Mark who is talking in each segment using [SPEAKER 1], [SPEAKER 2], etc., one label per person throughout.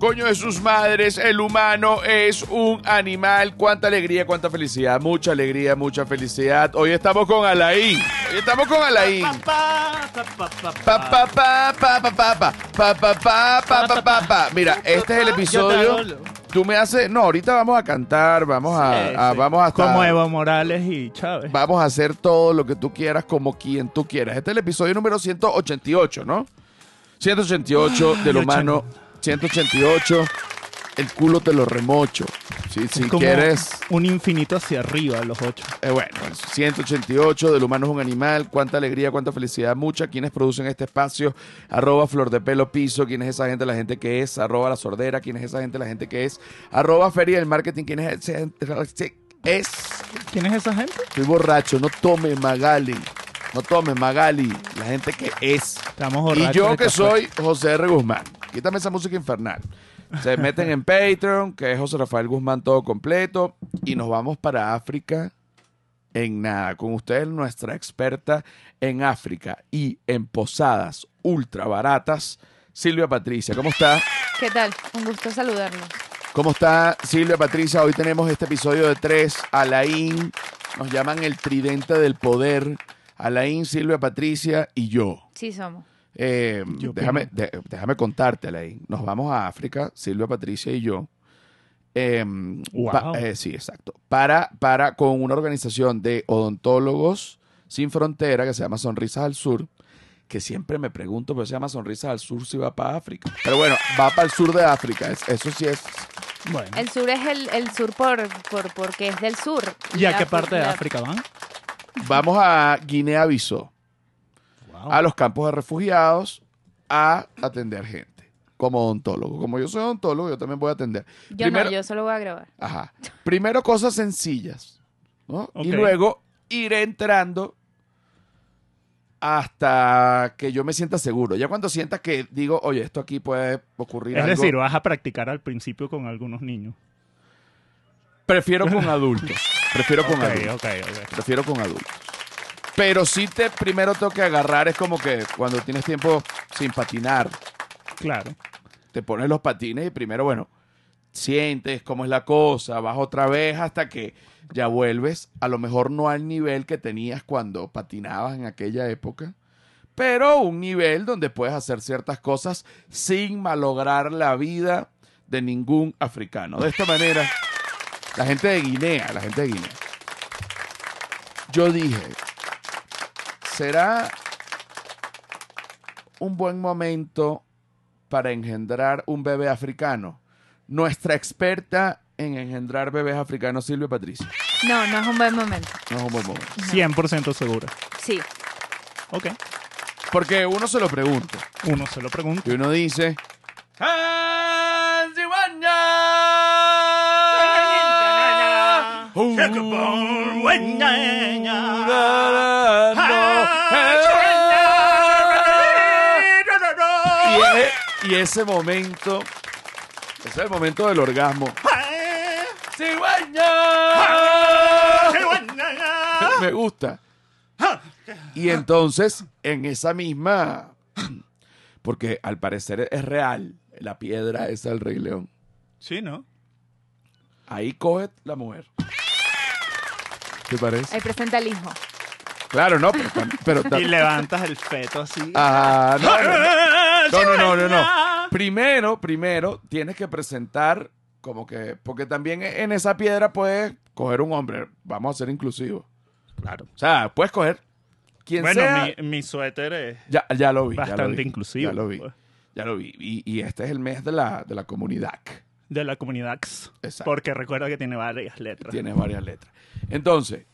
[SPEAKER 1] Coño de sus madres, el humano es un animal. Cuánta alegría, cuánta felicidad, mucha alegría, mucha felicidad. Hoy estamos con Alain. Hoy estamos con Alain.
[SPEAKER 2] Pa, pa, pa, pa,
[SPEAKER 1] Pa, pa, pa, pa, pa, pa, pa, pa, pa, pa, pa, pa, pa, pa. Mira, este es el
[SPEAKER 2] Yo te
[SPEAKER 1] episodio.
[SPEAKER 2] hago
[SPEAKER 1] Tú me haces. No, ahorita vamos a cantar, vamos
[SPEAKER 2] Sí,
[SPEAKER 1] a, a-
[SPEAKER 2] sí.
[SPEAKER 1] Ah, vamos a estar-
[SPEAKER 2] Como Evo Morales y Chávez.
[SPEAKER 1] Vamos a hacer todo lo que tú quieras, como quien tú quieras. Este es el episodio número 188, ¿no? 188 del
[SPEAKER 2] Ah, yo
[SPEAKER 1] humano, 188, el culo te lo remocho. Si, si
[SPEAKER 2] Es como
[SPEAKER 1] quieres,
[SPEAKER 2] Un infinito hacia arriba, los ocho.
[SPEAKER 1] eh, bueno, 188 del humano es un animal. Cuánta alegría, cuánta felicidad, mucha. Quienes producen este espacio, arroba flor de pelo piso. ¿Quién es esa gente? La gente que es, arroba la sordera. ¿Quién es esa gente? La gente que es, arroba feria del marketing. ¿Quién es esa gente? Es.
[SPEAKER 2] ¿Quién es esa gente?
[SPEAKER 1] Estoy borracho, no tomes Magali. No tomes Magali, la gente que es.
[SPEAKER 2] Estamos
[SPEAKER 1] Y
[SPEAKER 2] borrachos.
[SPEAKER 1] yo
[SPEAKER 2] de
[SPEAKER 1] que
[SPEAKER 2] café.
[SPEAKER 1] soy José R. Guzmán. Quítame esa música infernal. Se meten en Patreon, que es José Rafael Guzmán todo completo. Y nos vamos para África en nada. Con ustedes, nuestra experta en África y en posadas ultra baratas, Silvia Patricia. ¿Cómo está?
[SPEAKER 3] ¿Qué tal? Un gusto saludarnos.
[SPEAKER 1] ¿Cómo está Silvia Patricia? Hoy tenemos este episodio de tres. Alain, nos llaman el tridente del poder. Alain, Silvia Patricia y yo.
[SPEAKER 3] Sí somos.
[SPEAKER 1] Eh,
[SPEAKER 2] Yo
[SPEAKER 1] déjame, de- déjame contarte, Alain. Nos vamos a África, Silvia Patricia y yo. Em,
[SPEAKER 2] Wow.
[SPEAKER 1] eh, sí, exacto. Para, para con una organización de odontólogos sin frontera que se llama Sonrisas al Sur, que siempre me pregunto, pero se llama Sonrisas al Sur si va para África. Pero bueno, va para el sur de África. es- eso sí es
[SPEAKER 2] Bueno.
[SPEAKER 3] El sur es el, el sur por, por porque es del sur.
[SPEAKER 2] ¿Y a qué
[SPEAKER 3] África-
[SPEAKER 2] parte de
[SPEAKER 3] la-
[SPEAKER 2] África van?
[SPEAKER 1] Vamos a Guinea-Bissau,
[SPEAKER 2] Wow.
[SPEAKER 1] a los campos de refugiados, a atender gente como odontólogo. Como yo soy odontólogo, yo también voy a atender.
[SPEAKER 3] Yo
[SPEAKER 1] Primero-
[SPEAKER 3] no, yo solo voy a grabar.
[SPEAKER 1] Ajá. Primero cosas sencillas, ¿no? Y
[SPEAKER 2] Ok.
[SPEAKER 1] luego ir entrando hasta que yo me sienta seguro. Ya cuando sienta que digo, oye, esto aquí puede ocurrir
[SPEAKER 2] Es
[SPEAKER 1] algo,
[SPEAKER 2] decir, vas a practicar al principio con algunos niños.
[SPEAKER 1] prefiero con adultos. Prefiero con
[SPEAKER 2] ok,
[SPEAKER 1] adultos.
[SPEAKER 2] ok, ok.
[SPEAKER 1] Prefiero con adultos. Pero sí te primero tengo que agarrar, es como que cuando tienes tiempo sin patinar,
[SPEAKER 2] Claro.
[SPEAKER 1] te pones los patines y primero, bueno, sientes cómo es la cosa, vas otra vez hasta que ya vuelves, a lo mejor no al nivel que tenías cuando patinabas en aquella época, pero un nivel donde puedes hacer ciertas cosas sin malograr la vida de ningún africano. De esta manera, la gente de Guinea, la gente de Guinea. Yo dije, será un buen momento para engendrar un bebé africano. Nuestra experta en engendrar bebés africanos, Silvia Patricia.
[SPEAKER 3] No, no es un buen momento.
[SPEAKER 1] No es un buen momento.
[SPEAKER 2] 100% seguro.
[SPEAKER 3] Sí.
[SPEAKER 2] Ok.
[SPEAKER 1] Porque uno se lo pregunta
[SPEAKER 2] Uno se lo pregunta.
[SPEAKER 1] y uno dice. Y, e- y ese momento, ese es el momento del orgasmo. Me gusta. Y entonces, en esa misma, porque al parecer es real, la piedra esa del Rey León.
[SPEAKER 2] Sí, ¿no?
[SPEAKER 1] Ahí coge la mujer. ¿Te parece?
[SPEAKER 3] Ahí presenta al hijo.
[SPEAKER 1] Claro, no, pero, tam- pero tam-
[SPEAKER 2] Y levantas el feto así.
[SPEAKER 1] Ah, no, no, no.
[SPEAKER 2] No,
[SPEAKER 1] No, no, no, no, no. Primero, primero, tienes que presentar como que, porque también e-, en esa piedra puedes coger un hombre. Vamos a ser inclusivos.
[SPEAKER 2] Claro.
[SPEAKER 1] O sea, puedes coger quien
[SPEAKER 2] Bueno,
[SPEAKER 1] sea.
[SPEAKER 2] mi, mi suéter es
[SPEAKER 1] Ya, ya lo vi. ya lo
[SPEAKER 2] bastante
[SPEAKER 1] vi,
[SPEAKER 2] inclusivo.
[SPEAKER 1] Ya lo vi.
[SPEAKER 2] pues,
[SPEAKER 1] Ya lo vi. Y, y este es el mes de la, de la comunidad.
[SPEAKER 2] De la comunidad. X,
[SPEAKER 1] Exacto.
[SPEAKER 2] Porque recuerda que tiene varias letras.
[SPEAKER 1] Tienes varias letras. Entonces,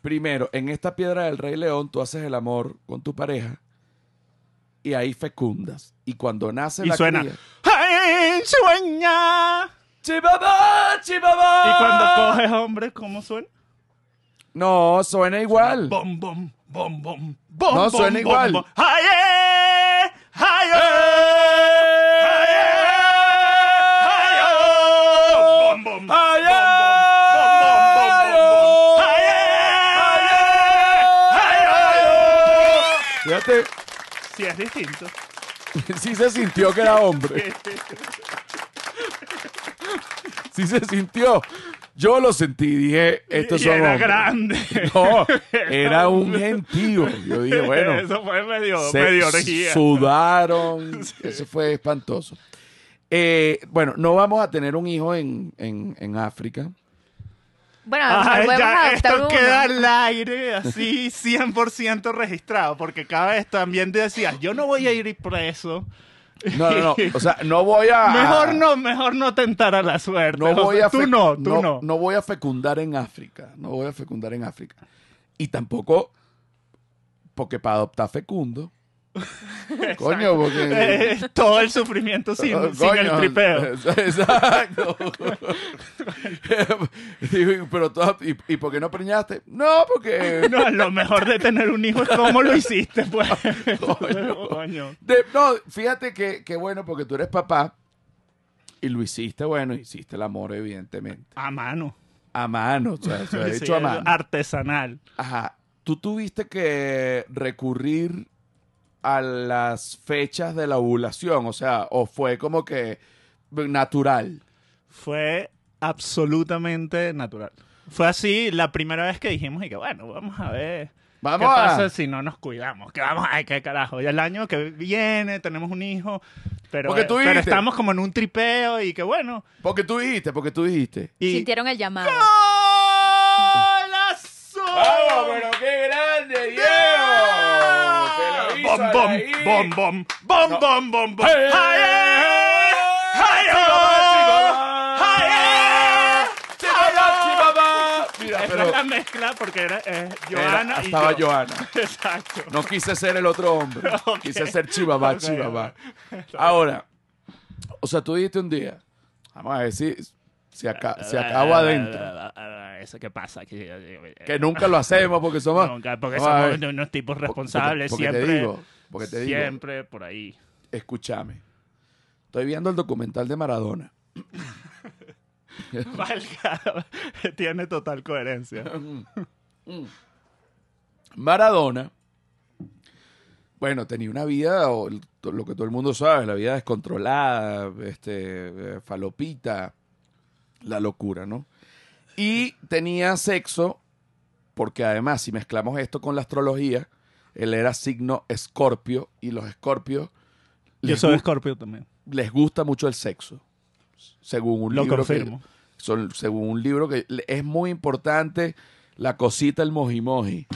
[SPEAKER 1] primero, en esta piedra del Rey León, tú haces el amor con tu pareja y ahí fecundas. Y cuando nace
[SPEAKER 2] Y
[SPEAKER 1] la
[SPEAKER 2] suena.
[SPEAKER 1] cría-
[SPEAKER 2] ¡Ay, sueña!
[SPEAKER 1] ¡Chibabá, chibabá!
[SPEAKER 2] Y cuando
[SPEAKER 1] Ah.
[SPEAKER 2] coges hombre, ¿cómo suena?
[SPEAKER 1] No, suena igual.
[SPEAKER 2] Bom, bom, bom, bom, bom.
[SPEAKER 1] No,
[SPEAKER 2] bom,
[SPEAKER 1] suena
[SPEAKER 2] bom,
[SPEAKER 1] igual.
[SPEAKER 2] bom. ¡Ay, eh! ¡Ay, eh! ¡Ay, eh! ¡Ay, oh! Bom, bom,
[SPEAKER 1] ¡Ay,
[SPEAKER 2] bom, bom, bom, bom, bom, bom. ¡Ay, eh! ¡Ay, oh!
[SPEAKER 1] Fíjate,
[SPEAKER 2] Sí, es distinto.
[SPEAKER 1] sí se sintió que era hombre. Sí se sintió. Yo lo sentí, dije, estos
[SPEAKER 2] Y
[SPEAKER 1] son
[SPEAKER 2] era
[SPEAKER 1] hombres.
[SPEAKER 2] grande.
[SPEAKER 1] No, era un gentío. Yo dije, bueno,
[SPEAKER 2] Eso fue medio, medio
[SPEAKER 1] se
[SPEAKER 2] orgía.
[SPEAKER 1] sudaron. Eso fue espantoso. Eh, bueno, no vamos a tener un hijo en, en- en África.
[SPEAKER 3] Bueno, a lo mejor
[SPEAKER 2] Ay, Ah,
[SPEAKER 3] podemos
[SPEAKER 2] ya,
[SPEAKER 3] adoptar
[SPEAKER 2] esto
[SPEAKER 3] uno.
[SPEAKER 2] queda al aire así 100% registrado, porque cada vez también te decías, yo no voy a ir preso.
[SPEAKER 1] No, no, no. O sea, no voy a.
[SPEAKER 2] Mejor no, mejor no tentar a la suerte.
[SPEAKER 1] Ah. No
[SPEAKER 2] O
[SPEAKER 1] voy
[SPEAKER 2] sea,
[SPEAKER 1] a
[SPEAKER 2] Tú
[SPEAKER 1] fe-
[SPEAKER 2] no, tú no.
[SPEAKER 1] no voy a fecundar en África. No voy a fecundar en África. Y tampoco, porque para adoptar fecundo. coño, porque.
[SPEAKER 2] Eh, todo el sufrimiento sin,
[SPEAKER 1] Oh,
[SPEAKER 2] sin el
[SPEAKER 1] coño.
[SPEAKER 2] tripeo.
[SPEAKER 1] Exacto. Digo, pero todas- ¿y, y por qué no preñaste? No, porque.
[SPEAKER 2] No, lo mejor de tener un hijo es cómo lo hiciste, pues.
[SPEAKER 1] Coño.
[SPEAKER 2] Coño.
[SPEAKER 1] De- no, fíjate que, que bueno, porque tú eres papá y lo hiciste, bueno, hiciste el amor, evidentemente.
[SPEAKER 2] A mano.
[SPEAKER 1] A mano, o sea, se ha
[SPEAKER 2] Sí,
[SPEAKER 1] hecho a mano.
[SPEAKER 2] Artesanal.
[SPEAKER 1] Ajá. Tú tuviste que recurrir a las fechas de la ovulación, o sea, o fue como que natural.
[SPEAKER 2] fue absolutamente natural. Fue así la primera vez que dijimos y que bueno, vamos a ver
[SPEAKER 1] Vamos
[SPEAKER 2] qué
[SPEAKER 1] a-
[SPEAKER 2] pasa si no nos cuidamos, que vamos a ver qué carajo. Y el año que viene tenemos un hijo, pero,
[SPEAKER 1] Porque tú
[SPEAKER 2] pero
[SPEAKER 1] dijiste.
[SPEAKER 2] estamos como en un tripeo y que bueno.
[SPEAKER 1] Porque tú dijiste, porque tú dijiste.
[SPEAKER 2] Y
[SPEAKER 3] Sintieron el llamado.
[SPEAKER 2] ¡Golazo!
[SPEAKER 1] qué grande,
[SPEAKER 2] ¡Gol!
[SPEAKER 1] Diego!
[SPEAKER 2] Bom, bom, bom, bom, bom,
[SPEAKER 1] No.
[SPEAKER 2] bom, bom, bom.
[SPEAKER 1] ¡Ay,
[SPEAKER 2] ¡Ay, ay, ay! ¡Ay, ay!
[SPEAKER 1] Mira,
[SPEAKER 2] Esa
[SPEAKER 1] pero
[SPEAKER 2] es la mezcla porque era eh,
[SPEAKER 1] era-
[SPEAKER 2] Joana y
[SPEAKER 1] estaba
[SPEAKER 2] yo.
[SPEAKER 1] Joana.
[SPEAKER 2] Exacto.
[SPEAKER 1] No quise ser el otro hombre.
[SPEAKER 2] Ok.
[SPEAKER 1] Quise ser Chibabá,
[SPEAKER 2] Ok,
[SPEAKER 1] Chibabá. Ahora, o sea, tú dijiste un día, vamos a ver si se, aca- se acaba adentro.
[SPEAKER 2] Eso que pasa. Que,
[SPEAKER 1] Que nunca lo hacemos porque somos.
[SPEAKER 2] Nunca, porque
[SPEAKER 1] vamos a
[SPEAKER 2] somos
[SPEAKER 1] ver,
[SPEAKER 2] unos tipos
[SPEAKER 1] porque-
[SPEAKER 2] responsables
[SPEAKER 1] porque
[SPEAKER 2] siempre.
[SPEAKER 1] Te digo, porque te digo,
[SPEAKER 2] siempre por ahí.
[SPEAKER 1] escúchame. Estoy viendo el documental de Maradona.
[SPEAKER 2] Valga, tiene total coherencia.
[SPEAKER 1] Mm. Maradona, bueno, tenía una vida, o el- to- lo que todo el mundo sabe, la vida descontrolada, este, eh, falopita, la locura, ¿no? Y tenía sexo, porque además, si mezclamos esto con la astrología, él era signo escorpio y los escorpios les, gu-
[SPEAKER 2] Scorpio también.
[SPEAKER 1] les gusta mucho el sexo, según un
[SPEAKER 2] Lo
[SPEAKER 1] libro que-
[SPEAKER 2] confirmo.
[SPEAKER 1] son- según un libro que le- es muy importante, la cosita, el mojimoji.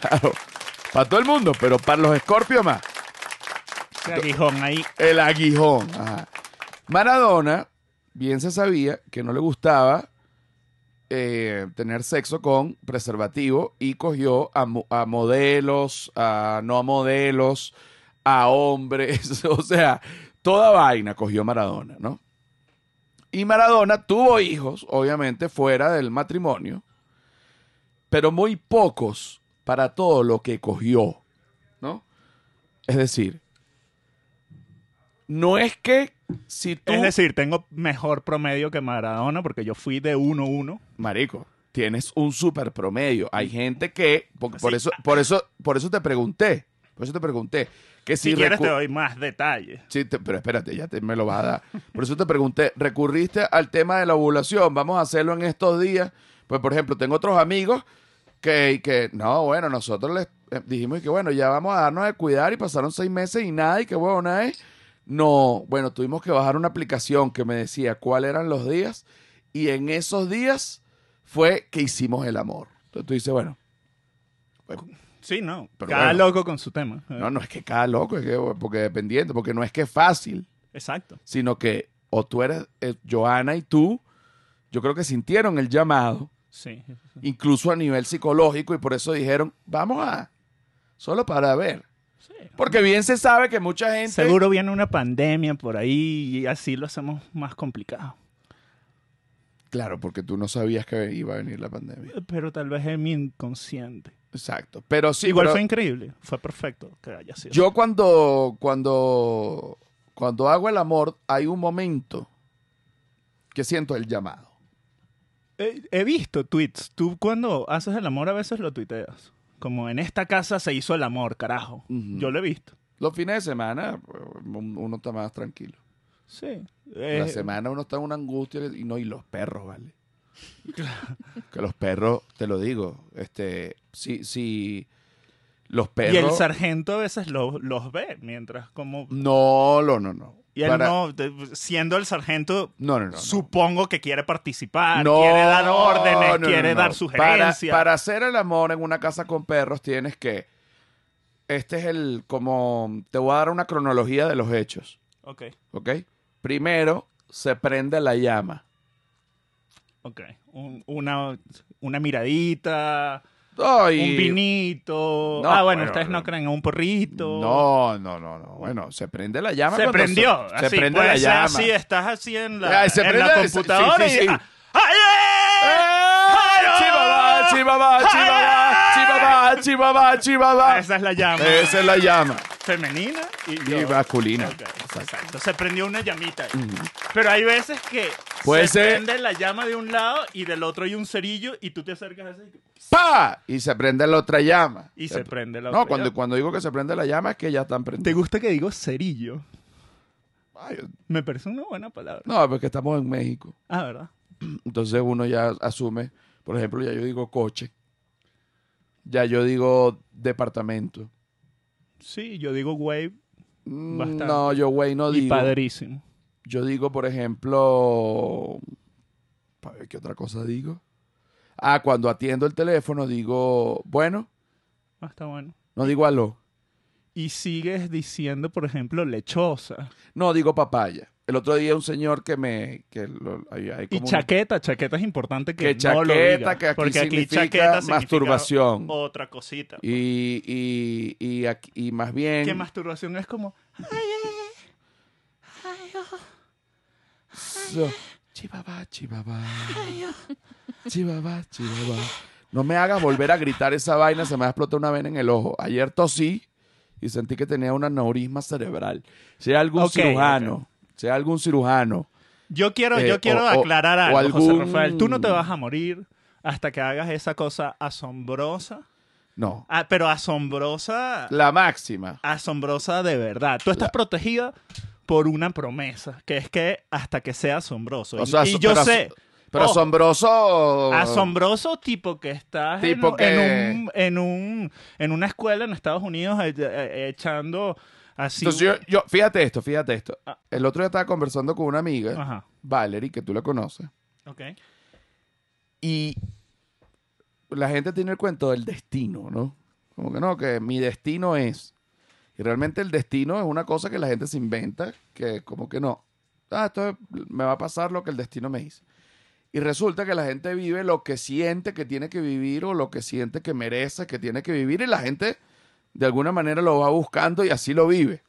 [SPEAKER 1] Claro, para todo el mundo, pero para los escorpios más,
[SPEAKER 2] Ese aguijón ahí.
[SPEAKER 1] el aguijón. ajá. Maradona, bien se sabía que no le gustaba eh, tener sexo con preservativo y cogió a, mo- a modelos, a no modelos, a hombres, o sea, toda vaina cogió Maradona, ¿no? Y Maradona tuvo hijos, obviamente, fuera del matrimonio, pero muy pocos para todo lo que cogió, ¿no? Es decir, no es que si tú...
[SPEAKER 2] Es decir, tengo mejor promedio que Maradona porque yo fui de 1-1.
[SPEAKER 1] Marico, tienes un super promedio. Hay gente que, por, por
[SPEAKER 2] Sí.
[SPEAKER 1] eso, por eso, por eso te pregunté, por eso te pregunté que si,
[SPEAKER 2] Si quieres
[SPEAKER 1] recu-
[SPEAKER 2] te doy más detalles.
[SPEAKER 1] Sí, te- pero espérate, ya te- me lo vas a dar. Por eso te pregunté, recurriste al tema de la ovulación, vamos a hacerlo en estos días. Pues, por ejemplo, tengo otros amigos que, que no, bueno, nosotros les eh, dijimos que, bueno, ya vamos a darnos de cuidar y pasaron seis meses y nada, y qué huevo, nada es. No, bueno, tuvimos que bajar una aplicación que me decía cuáles eran los días y en esos días fue que hicimos el amor. Entonces tú dices, bueno,
[SPEAKER 2] Sí, no.
[SPEAKER 1] Pero
[SPEAKER 2] Cada
[SPEAKER 1] bueno.
[SPEAKER 2] loco con su tema. Eh,
[SPEAKER 1] no, no es que cada loco, es que, porque dependiente, porque no es que es fácil.
[SPEAKER 2] Exacto.
[SPEAKER 1] sino que o tú eres, eh, Joana y tú, yo creo que sintieron el llamado,
[SPEAKER 2] Sí.
[SPEAKER 1] incluso a nivel psicológico, y por eso dijeron, vamos a, solo para ver.
[SPEAKER 2] Sí.
[SPEAKER 1] Porque bien se sabe que mucha gente...
[SPEAKER 2] Seguro viene una pandemia por ahí y así lo hacemos más complicado.
[SPEAKER 1] Claro, porque tú no sabías que iba a venir la pandemia.
[SPEAKER 2] Eh, Pero tal vez es mi inconsciente.
[SPEAKER 1] Exacto. Pero sí,
[SPEAKER 2] Igual
[SPEAKER 1] pero
[SPEAKER 2] fue increíble. Fue perfecto que haya sido.
[SPEAKER 1] yo cuando, cuando, cuando hago el amor, hay un momento que siento el llamado.
[SPEAKER 2] Eh, He, visto tweets. Tú cuando haces el amor a veces lo tuiteas. Como en esta casa se hizo el amor, carajo.
[SPEAKER 1] Ujú.
[SPEAKER 2] Yo lo he visto.
[SPEAKER 1] Los fines de semana, pues, uno eh, está más tranquilo.
[SPEAKER 2] Sí.
[SPEAKER 1] La
[SPEAKER 2] Eh,
[SPEAKER 1] semana uno está en una angustia y no, y los perros, ¿vale? que los perros, te lo digo, este, si, si los
[SPEAKER 2] y el
[SPEAKER 1] perros...
[SPEAKER 2] sargento a veces lo- los ve mientras como...
[SPEAKER 1] no, no, no, no.
[SPEAKER 2] Y él
[SPEAKER 1] Para-
[SPEAKER 2] no, de- siendo el sargento,
[SPEAKER 1] No, no, no, no.
[SPEAKER 2] supongo que quiere participar, quiere dar órdenes,
[SPEAKER 1] no, no,
[SPEAKER 2] quiere
[SPEAKER 1] no, no.
[SPEAKER 2] dar sugerencias.
[SPEAKER 1] Para, para hacer el amor en una casa con perros tienes que... Este es el, como, te voy a dar una cronología de los hechos,
[SPEAKER 2] Ok,
[SPEAKER 1] ¿ok? Primero, se prende la llama.
[SPEAKER 2] ok. Un- una, una miradita,
[SPEAKER 1] Oh, y-
[SPEAKER 2] un vinito.
[SPEAKER 1] No,
[SPEAKER 2] ah, bueno,
[SPEAKER 1] bueno,
[SPEAKER 2] ustedes no,
[SPEAKER 1] no.
[SPEAKER 2] creen en un porrito.
[SPEAKER 1] No, no, no, no. Bueno, se prende la llama.
[SPEAKER 2] Se
[SPEAKER 1] cuando
[SPEAKER 2] prendió.
[SPEAKER 1] Se,
[SPEAKER 2] así,
[SPEAKER 1] prende
[SPEAKER 2] puede
[SPEAKER 1] la
[SPEAKER 2] ser
[SPEAKER 1] llama.
[SPEAKER 2] así, estás así en la,
[SPEAKER 1] Ay, se
[SPEAKER 2] en
[SPEAKER 1] prende-
[SPEAKER 2] la
[SPEAKER 1] sí,
[SPEAKER 2] computadora
[SPEAKER 1] sí, sí.
[SPEAKER 2] y... ah, ¡ay, eh!
[SPEAKER 1] Chibaba, chibaba, chibaba, chibaba, chibaba, chibaba.
[SPEAKER 2] Esa es la llama
[SPEAKER 1] Esa Ah. es la llama.
[SPEAKER 2] femenina y,
[SPEAKER 1] Y
[SPEAKER 2] yo.
[SPEAKER 1] masculina.
[SPEAKER 2] Ok, Exacto, se prendió una llamita. ahí. Pero hay veces que
[SPEAKER 1] Puede
[SPEAKER 2] se
[SPEAKER 1] ser.
[SPEAKER 2] prende la llama de un lado y del otro hay un cerillo y tú te acercas así
[SPEAKER 1] ¡Pa! Y se prende la otra llama.
[SPEAKER 2] y se prende la
[SPEAKER 1] Eh, No,
[SPEAKER 2] otra
[SPEAKER 1] cuando,
[SPEAKER 2] llama.
[SPEAKER 1] cuando digo que se prende la llama es que ya están
[SPEAKER 2] ¿Te
[SPEAKER 1] prendidas.
[SPEAKER 2] gusta que digo cerillo?
[SPEAKER 1] Ay,
[SPEAKER 2] Me parece una buena palabra.
[SPEAKER 1] No, porque estamos en México.
[SPEAKER 2] Ah, ¿verdad?
[SPEAKER 1] Entonces uno ya asume, por ejemplo, ya yo digo coche. Ya yo digo departamento.
[SPEAKER 2] Sí, yo digo wave
[SPEAKER 1] Mm,
[SPEAKER 2] Bastante.
[SPEAKER 1] No, yo güey no
[SPEAKER 2] y
[SPEAKER 1] digo.
[SPEAKER 2] padrísimo.
[SPEAKER 1] Yo digo, por ejemplo, a ver qué otra cosa digo. Ah, cuando atiendo el teléfono digo, bueno,
[SPEAKER 2] Ah, está bueno.
[SPEAKER 1] no digo aló,
[SPEAKER 2] Y sigues diciendo, por ejemplo, lechosa.
[SPEAKER 1] no digo papaya. El otro día un señor que me que lo- hay- hay
[SPEAKER 2] Y
[SPEAKER 1] como un-
[SPEAKER 2] chaqueta, chaqueta es importante que,
[SPEAKER 1] que
[SPEAKER 2] no lo
[SPEAKER 1] chaqueta
[SPEAKER 2] digas,
[SPEAKER 1] que aquí
[SPEAKER 2] porque aquí
[SPEAKER 1] significa
[SPEAKER 2] chaqueta significa
[SPEAKER 1] masturbación
[SPEAKER 2] otra cosita.
[SPEAKER 1] y y y, aquí- y más bien
[SPEAKER 2] Que masturbación es como
[SPEAKER 1] so- chibabá, chibabá. Chibabá, chibabá. No me hagas volver a gritar esa vaina, se me va a explotar una vena en el ojo. Ayer tosí y sentí que tenía un aneurisma cerebral. Sea algún
[SPEAKER 2] Ok,
[SPEAKER 1] cirujano, sea algún cirujano.
[SPEAKER 2] Yo quiero,
[SPEAKER 1] Eh,
[SPEAKER 2] yo quiero
[SPEAKER 1] o- o-
[SPEAKER 2] aclarar
[SPEAKER 1] o
[SPEAKER 2] algo, José
[SPEAKER 1] algún-
[SPEAKER 2] Rafael. Tú no te vas a morir hasta que hagas esa cosa asombrosa.
[SPEAKER 1] No,
[SPEAKER 2] Ah, pero asombrosa,
[SPEAKER 1] la máxima.
[SPEAKER 2] asombrosa de verdad. Tú estás
[SPEAKER 1] La-
[SPEAKER 2] protegida por una promesa, que es que hasta que sea asombroso.
[SPEAKER 1] O
[SPEAKER 2] Y-
[SPEAKER 1] sea,
[SPEAKER 2] y
[SPEAKER 1] aso-
[SPEAKER 2] yo
[SPEAKER 1] pero aso-
[SPEAKER 2] sé,
[SPEAKER 1] Pero
[SPEAKER 2] Oh.
[SPEAKER 1] asombroso.
[SPEAKER 2] asombroso tipo que estás en
[SPEAKER 1] Tipo
[SPEAKER 2] un-
[SPEAKER 1] que-
[SPEAKER 2] en, un, en, un, en una escuela en Estados Unidos eh, eh, echando así...
[SPEAKER 1] Entonces yo, yo- fíjate esto, fíjate esto.
[SPEAKER 2] Ah.
[SPEAKER 1] El otro día estaba conversando con una amiga,
[SPEAKER 2] Ajá,
[SPEAKER 1] Valerie, que tú la conoces.
[SPEAKER 2] ok.
[SPEAKER 1] Y la gente tiene el cuento del destino, ¿no? Como que no, que mi destino es. Y realmente el destino es una cosa que la gente se inventa, que como que no. Ah, esto es- me va a pasar lo que el destino me dice. Y resulta que la gente vive lo que siente que tiene que vivir o lo que siente que merece que tiene que vivir y la gente de alguna manera lo va buscando y así lo vive.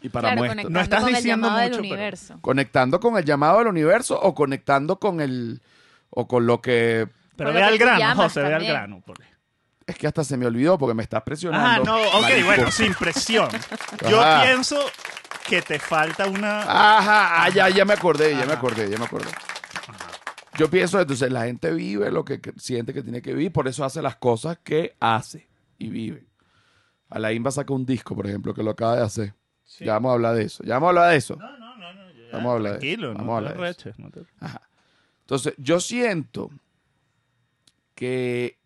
[SPEAKER 1] Y para
[SPEAKER 3] claro,
[SPEAKER 1] muestra.
[SPEAKER 3] conectando
[SPEAKER 2] No estás
[SPEAKER 3] con el
[SPEAKER 2] diciendo
[SPEAKER 3] llamado
[SPEAKER 2] mucho,
[SPEAKER 3] del
[SPEAKER 2] pero-
[SPEAKER 3] universo.
[SPEAKER 1] Conectando con el llamado del universo o conectando con el o con lo que
[SPEAKER 2] Pero
[SPEAKER 3] Con
[SPEAKER 2] ve
[SPEAKER 3] lo que
[SPEAKER 2] al
[SPEAKER 3] tú
[SPEAKER 2] grano,
[SPEAKER 3] llamas
[SPEAKER 2] José, ve al
[SPEAKER 3] también.
[SPEAKER 2] grano. por-
[SPEAKER 1] Es que hasta se me olvidó porque me estás
[SPEAKER 2] Ah,
[SPEAKER 1] presionando.
[SPEAKER 2] no, ok,
[SPEAKER 1] marico.
[SPEAKER 2] bueno, sin presión. Yo
[SPEAKER 1] Ajá.
[SPEAKER 2] pienso que te falta una...
[SPEAKER 1] Ajá, ah, ya, ya me acordé, ya me
[SPEAKER 2] Ajá.
[SPEAKER 1] acordé, ya me acordé. Yo pienso, entonces, la gente vive lo que que siente que tiene que vivir, por eso hace las cosas que hace y vive. Alain va a sacar un disco, por ejemplo, que lo acaba de hacer.
[SPEAKER 2] Sí.
[SPEAKER 1] Ya vamos a hablar de eso, ya vamos a hablar de eso.
[SPEAKER 2] No, no, no, no, ya,
[SPEAKER 1] Vamos a hablar de
[SPEAKER 2] Tranquilo,
[SPEAKER 1] eso,
[SPEAKER 2] no
[SPEAKER 1] vamos a
[SPEAKER 2] te
[SPEAKER 1] hablar de eso.
[SPEAKER 2] arreches, no te-
[SPEAKER 1] Entonces, yo siento que,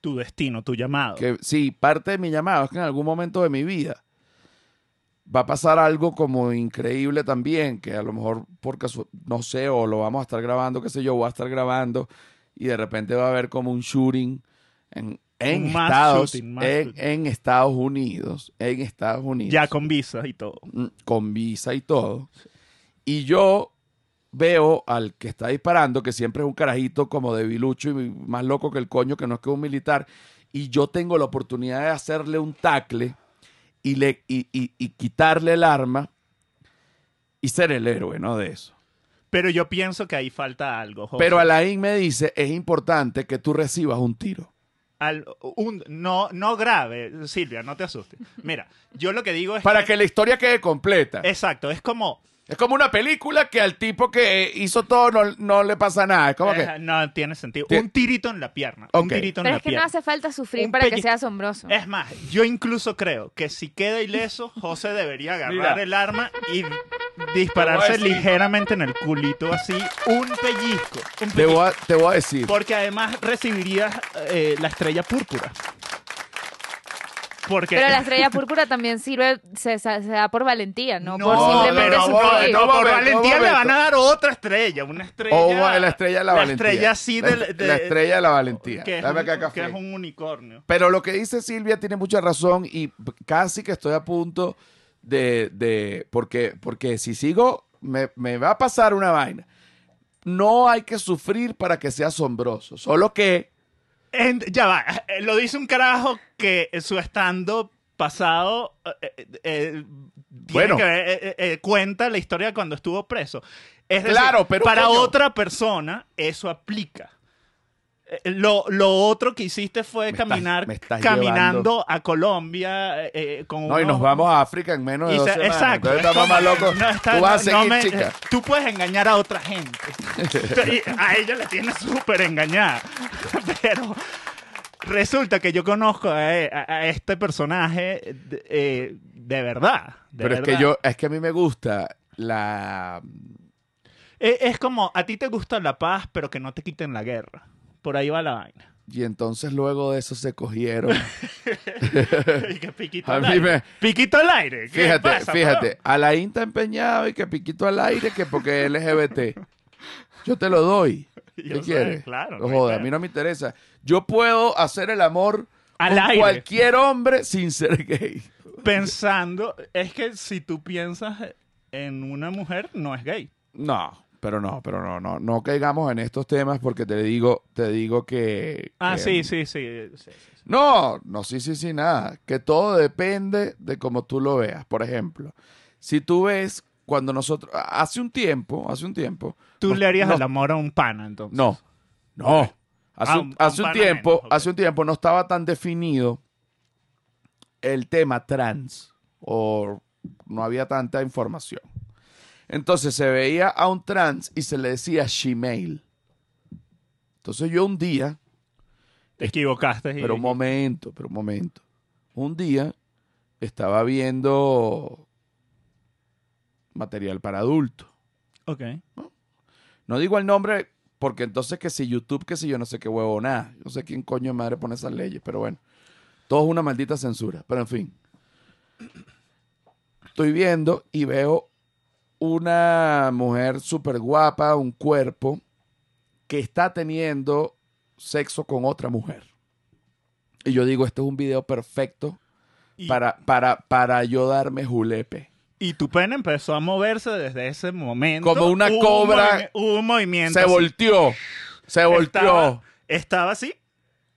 [SPEAKER 2] Tu destino, tu llamado.
[SPEAKER 1] que sí, parte de mi llamado es que en algún momento de mi vida va a pasar algo como increíble también, que a lo mejor porque no sé, o lo vamos a estar grabando, qué sé yo, voy a estar grabando y de repente va a haber como un shooting en, en
[SPEAKER 2] Un mass
[SPEAKER 1] Estados,
[SPEAKER 2] shooting, mass
[SPEAKER 1] en,
[SPEAKER 2] shooting.
[SPEAKER 1] en Estados Unidos, en Estados Unidos,
[SPEAKER 2] Ya con visa y todo.
[SPEAKER 1] mm, con visa y todo. Y yo veo al que está disparando, que siempre es un carajito como debilucho y más loco que el coño, que no es que un militar, y yo tengo la oportunidad de hacerle un tacle y, le, y, y- y quitarle el arma y ser el héroe, ¿no? De eso.
[SPEAKER 2] Pero yo pienso que ahí falta algo. José.
[SPEAKER 1] Pero Alain me dice, es importante que tú recibas un tiro.
[SPEAKER 2] Al- un- no, no grave, Silvia, no te asustes. Mira, yo lo que digo es...
[SPEAKER 1] Para que la historia quede completa. Es,
[SPEAKER 2] Exacto, es como...
[SPEAKER 1] como una película que al tipo que hizo todo no, no le pasa nada. Es como que...
[SPEAKER 2] eh, no tiene sentido.
[SPEAKER 1] Ti-
[SPEAKER 2] Un tirito en la pierna. Un
[SPEAKER 1] Ok.
[SPEAKER 2] tirito en
[SPEAKER 3] Pero
[SPEAKER 2] la
[SPEAKER 3] es que
[SPEAKER 2] pierna.
[SPEAKER 3] no hace falta sufrir
[SPEAKER 2] Un
[SPEAKER 3] para que
[SPEAKER 2] pellizco.
[SPEAKER 3] sea asombroso.
[SPEAKER 2] Es más, yo incluso creo que si queda ileso, José debería agarrar
[SPEAKER 1] Mira.
[SPEAKER 2] el arma y dispararse
[SPEAKER 1] decir.
[SPEAKER 2] ligeramente en el culito, así, un pellizco. un
[SPEAKER 1] Te
[SPEAKER 2] pellizco.
[SPEAKER 1] voy a, te voy a decir.
[SPEAKER 2] Porque además recibirías eh, la estrella púrpura. Porque
[SPEAKER 3] Pero la estrella púrpura también sirve, se, se- se da por valentía, no, por
[SPEAKER 1] No,
[SPEAKER 3] simplemente
[SPEAKER 1] pero
[SPEAKER 3] sufrir.
[SPEAKER 1] vale, no,
[SPEAKER 2] por
[SPEAKER 1] momento,
[SPEAKER 2] valentía
[SPEAKER 1] momento.
[SPEAKER 2] le van a dar otra estrella, una estrella.
[SPEAKER 1] O va- Oh, la estrella de la, valentía.
[SPEAKER 2] estrella así
[SPEAKER 1] La-
[SPEAKER 2] de,
[SPEAKER 1] la,
[SPEAKER 2] de-
[SPEAKER 1] estrella de la valentía.
[SPEAKER 2] que es,
[SPEAKER 1] Dame
[SPEAKER 2] un,
[SPEAKER 1] acá café.
[SPEAKER 2] que es un unicornio.
[SPEAKER 1] Pero lo que dice Silvia tiene mucha razón y p- casi que estoy a punto de... de porque, porque si sigo, me, me va a pasar una vaina. No hay que sufrir para que sea asombroso. Solo que...
[SPEAKER 2] En- ya va, eh, lo dice un carajo que su estando pasado eh, eh, eh, tiene
[SPEAKER 1] Bueno.
[SPEAKER 2] que ver, eh, eh, eh, cuenta la historia de cuando estuvo preso. Es decir,
[SPEAKER 1] Claro, pero
[SPEAKER 2] para
[SPEAKER 1] coño.
[SPEAKER 2] otra persona eso aplica. Eh, Lo, lo otro que hiciste fue
[SPEAKER 1] Me estás-
[SPEAKER 2] caminar
[SPEAKER 1] me estás
[SPEAKER 2] caminando
[SPEAKER 1] llevando.
[SPEAKER 2] a Colombia eh, eh, con
[SPEAKER 1] No, y nos
[SPEAKER 2] unos-
[SPEAKER 1] vamos a África en menos de
[SPEAKER 2] y
[SPEAKER 1] dos
[SPEAKER 2] se-
[SPEAKER 1] semanas.
[SPEAKER 2] exacto.
[SPEAKER 1] Entonces estamos más locos.
[SPEAKER 2] No, está-
[SPEAKER 1] Tú vas
[SPEAKER 2] no,
[SPEAKER 1] a seguir,
[SPEAKER 2] no me-
[SPEAKER 1] chica.
[SPEAKER 2] Tú puedes engañar a otra gente. Y a ella la tienes súper engañada. Pero resulta que yo conozco a, a- a este personaje de, eh, de verdad. de
[SPEAKER 1] Pero es que
[SPEAKER 2] verdad.
[SPEAKER 1] yo... Es que a mí me gusta la...
[SPEAKER 2] E- Es, como, a ti te gusta la paz, pero que no te quiten la guerra. Por ahí va la vaina.
[SPEAKER 1] Y entonces luego de eso se cogieron.
[SPEAKER 2] Y que piquito
[SPEAKER 1] A
[SPEAKER 2] al
[SPEAKER 1] mí
[SPEAKER 2] aire.
[SPEAKER 1] me-
[SPEAKER 2] Piquito al aire. ¿Qué
[SPEAKER 1] Fíjate,
[SPEAKER 2] pasa,
[SPEAKER 1] fíjate.
[SPEAKER 2] weón?
[SPEAKER 1] Alain está empeñado y que piquito al aire que porque es LGBT. Yo te lo doy.
[SPEAKER 2] Yo
[SPEAKER 1] ¿Qué
[SPEAKER 2] sé,
[SPEAKER 1] quieres? No
[SPEAKER 2] claro, no hay
[SPEAKER 1] joda, a
[SPEAKER 2] pedo.
[SPEAKER 1] mí no me interesa. Yo puedo hacer el amor
[SPEAKER 2] Al
[SPEAKER 1] con
[SPEAKER 2] aire.
[SPEAKER 1] cualquier hombre sin ser gay.
[SPEAKER 2] Pensando, es que si tú piensas en una mujer, no es gay.
[SPEAKER 1] No, pero no, pero no, no, no caigamos en estos temas porque te digo, te digo que.
[SPEAKER 2] Ah,
[SPEAKER 1] que-
[SPEAKER 2] sí, sí, sí, sí, sí, sí.
[SPEAKER 1] No, no, sí, sí, sí, nada. Que todo depende de cómo tú lo veas. Por ejemplo, si tú ves cuando nosotros. Hace un tiempo, hace un tiempo.
[SPEAKER 2] Tú
[SPEAKER 1] nos-
[SPEAKER 2] le harías
[SPEAKER 1] nos-
[SPEAKER 2] el amor a un pana, entonces.
[SPEAKER 1] No, no. Hace,
[SPEAKER 2] Ah,
[SPEAKER 1] un,
[SPEAKER 2] un-
[SPEAKER 1] hace
[SPEAKER 2] un
[SPEAKER 1] un
[SPEAKER 2] par
[SPEAKER 1] tiempo,
[SPEAKER 2] menos, ok.
[SPEAKER 1] hace un tiempo no estaba tan definido el tema trans o no había tanta información. Entonces se veía a un trans y se le decía shemale. Entonces yo un día,
[SPEAKER 2] Te equivocaste. y-
[SPEAKER 1] pero un momento, pero un momento. Un día estaba viendo material para adultos.
[SPEAKER 2] Ok.
[SPEAKER 1] No digo el nombre porque entonces que si YouTube, que si yo no sé qué huevo, nada. No sé quién coño de madre pone esas leyes, pero bueno. Todo es una maldita censura. Pero en fin. Estoy viendo y veo una mujer súper guapa, un cuerpo, que está teniendo sexo con otra mujer. Y yo digo, este es un video perfecto
[SPEAKER 2] Y,
[SPEAKER 1] para, para, para yo darme julepe.
[SPEAKER 2] y tu pene empezó a moverse desde ese momento.
[SPEAKER 1] Como una
[SPEAKER 2] Hubo un
[SPEAKER 1] cobra.
[SPEAKER 2] movimi- Hubo un movimiento.
[SPEAKER 1] Se
[SPEAKER 2] así.
[SPEAKER 1] volteó. Se volteó.
[SPEAKER 2] Estaba, estaba así.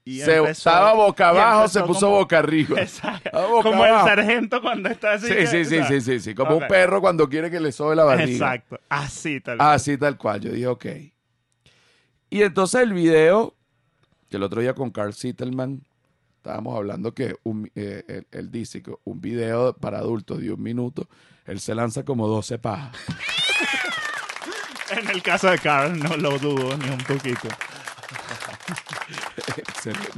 [SPEAKER 2] Y
[SPEAKER 1] se,
[SPEAKER 2] empezó-
[SPEAKER 1] estaba boca
[SPEAKER 2] y
[SPEAKER 1] abajo,
[SPEAKER 2] empezó
[SPEAKER 1] se puso
[SPEAKER 2] como-
[SPEAKER 1] boca arriba.
[SPEAKER 2] Exacto.
[SPEAKER 1] Estaba boca
[SPEAKER 2] Como el
[SPEAKER 1] abajo.
[SPEAKER 2] sargento cuando está así.
[SPEAKER 1] Sí,
[SPEAKER 2] que-
[SPEAKER 1] sí, sí,
[SPEAKER 2] ¿sabes?
[SPEAKER 1] sí, sí, sí, Como
[SPEAKER 2] Ok.
[SPEAKER 1] un perro cuando quiere que le sobe la Ah. barriga.
[SPEAKER 2] Exacto. Así tal vez.
[SPEAKER 1] Así tal cual. Yo dije, ok. Y entonces el video, que el otro día con Carl Sittelman estábamos hablando que un, eh, él, él dice que un video para adultos de un minuto, él se lanza como 12 pajas.
[SPEAKER 2] En el caso de Carl, no lo dudo ni un poquito.
[SPEAKER 1] Excelente.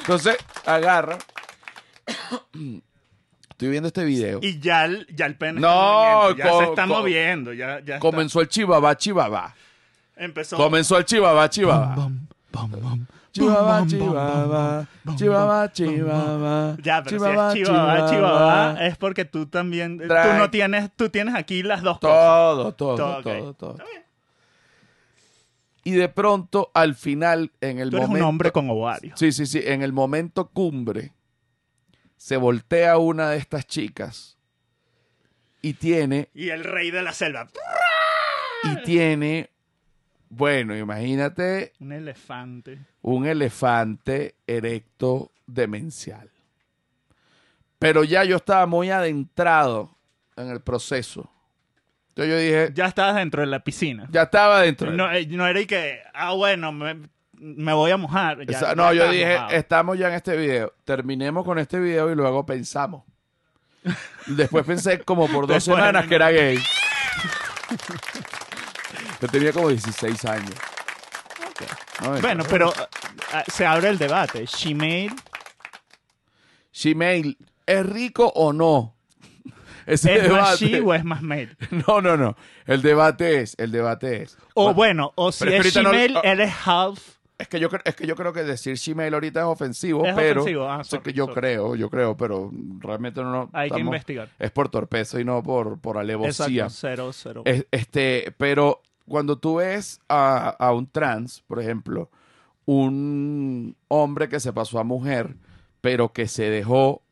[SPEAKER 1] Entonces agarra. Estoy viendo este video.
[SPEAKER 2] Y ya el, ya el pene.
[SPEAKER 1] No,
[SPEAKER 2] está en movimiento, ya se
[SPEAKER 1] co-
[SPEAKER 2] está
[SPEAKER 1] co-
[SPEAKER 2] moviendo. Ya, ya está.
[SPEAKER 1] Comenzó el chivabá, chivabá.
[SPEAKER 2] Empezó.
[SPEAKER 1] Comenzó el chivabá, chivabá.
[SPEAKER 2] Bum, bum, bum, bum.
[SPEAKER 1] Chivabá,
[SPEAKER 2] Bum, bum, bum,
[SPEAKER 1] chivabá,
[SPEAKER 2] bum, bum,
[SPEAKER 1] chivabá,
[SPEAKER 2] bum, bum, bum.
[SPEAKER 1] chivabá.
[SPEAKER 2] Ya, pero si es eh. chivabá, chivabá, es porque tú también,
[SPEAKER 1] Tran-
[SPEAKER 2] tú no tienes, tú tienes aquí las dos cosas.
[SPEAKER 1] Todo, todo,
[SPEAKER 2] Todo,
[SPEAKER 1] todo,
[SPEAKER 2] ok.
[SPEAKER 1] todo,
[SPEAKER 2] Está bien.
[SPEAKER 1] Y de pronto, al final, en el
[SPEAKER 2] Tú eres
[SPEAKER 1] momento...
[SPEAKER 2] un hombre con ovario.
[SPEAKER 1] Sí, sí, sí. En el momento cumbre, se voltea una de estas chicas y tiene,
[SPEAKER 2] Y el rey de la selva.
[SPEAKER 1] y tiene... Bueno, imagínate
[SPEAKER 2] Un elefante.
[SPEAKER 1] un elefante erecto demencial. Pero ya yo estaba muy adentrado en el proceso. Entonces yo dije,
[SPEAKER 2] Ya estabas dentro de la piscina.
[SPEAKER 1] ya estaba dentro.
[SPEAKER 2] No, eh, no era y que, ah, bueno, me, me voy a mojar. Ya-
[SPEAKER 1] Esa-
[SPEAKER 2] ya
[SPEAKER 1] no, yo
[SPEAKER 2] estás
[SPEAKER 1] dije,
[SPEAKER 2] mojado.
[SPEAKER 1] estamos ya en este video. Terminemos con este video y luego pensamos. Después pensé como por dos
[SPEAKER 2] Después,
[SPEAKER 1] semanas
[SPEAKER 2] no.
[SPEAKER 1] que era gay. Yo tenía como 16 años. No, me-
[SPEAKER 2] Bueno, pero ah, se abre el debate. Shemale
[SPEAKER 1] Gmail, ¿es rico o no? ese
[SPEAKER 2] ¿Es más
[SPEAKER 1] debate.
[SPEAKER 2] she o es más male?
[SPEAKER 1] No, no, no. El debate es, el debate es.
[SPEAKER 2] O
[SPEAKER 1] Bueno,
[SPEAKER 2] bueno, o si
[SPEAKER 1] Pero es
[SPEAKER 2] es
[SPEAKER 1] que ahorita no-
[SPEAKER 2] she-male,
[SPEAKER 1] ah.
[SPEAKER 2] él es half.
[SPEAKER 1] Es que yo cre- es que yo creo que decir Gmail ahorita es ofensivo,
[SPEAKER 2] Es
[SPEAKER 1] pero
[SPEAKER 2] ofensivo. Ah,
[SPEAKER 1] o sea,
[SPEAKER 2] sorry,
[SPEAKER 1] que yo
[SPEAKER 2] sorry.
[SPEAKER 1] creo, yo creo, pero realmente no no
[SPEAKER 2] Hay que
[SPEAKER 1] estamos-
[SPEAKER 2] investigar.
[SPEAKER 1] es por torpeza y no por por alevosía.
[SPEAKER 2] Exacto, cero, cero.
[SPEAKER 1] Es- este, pero cuando tú ves a, a un trans, por ejemplo, un hombre que se pasó a mujer, pero que se dejó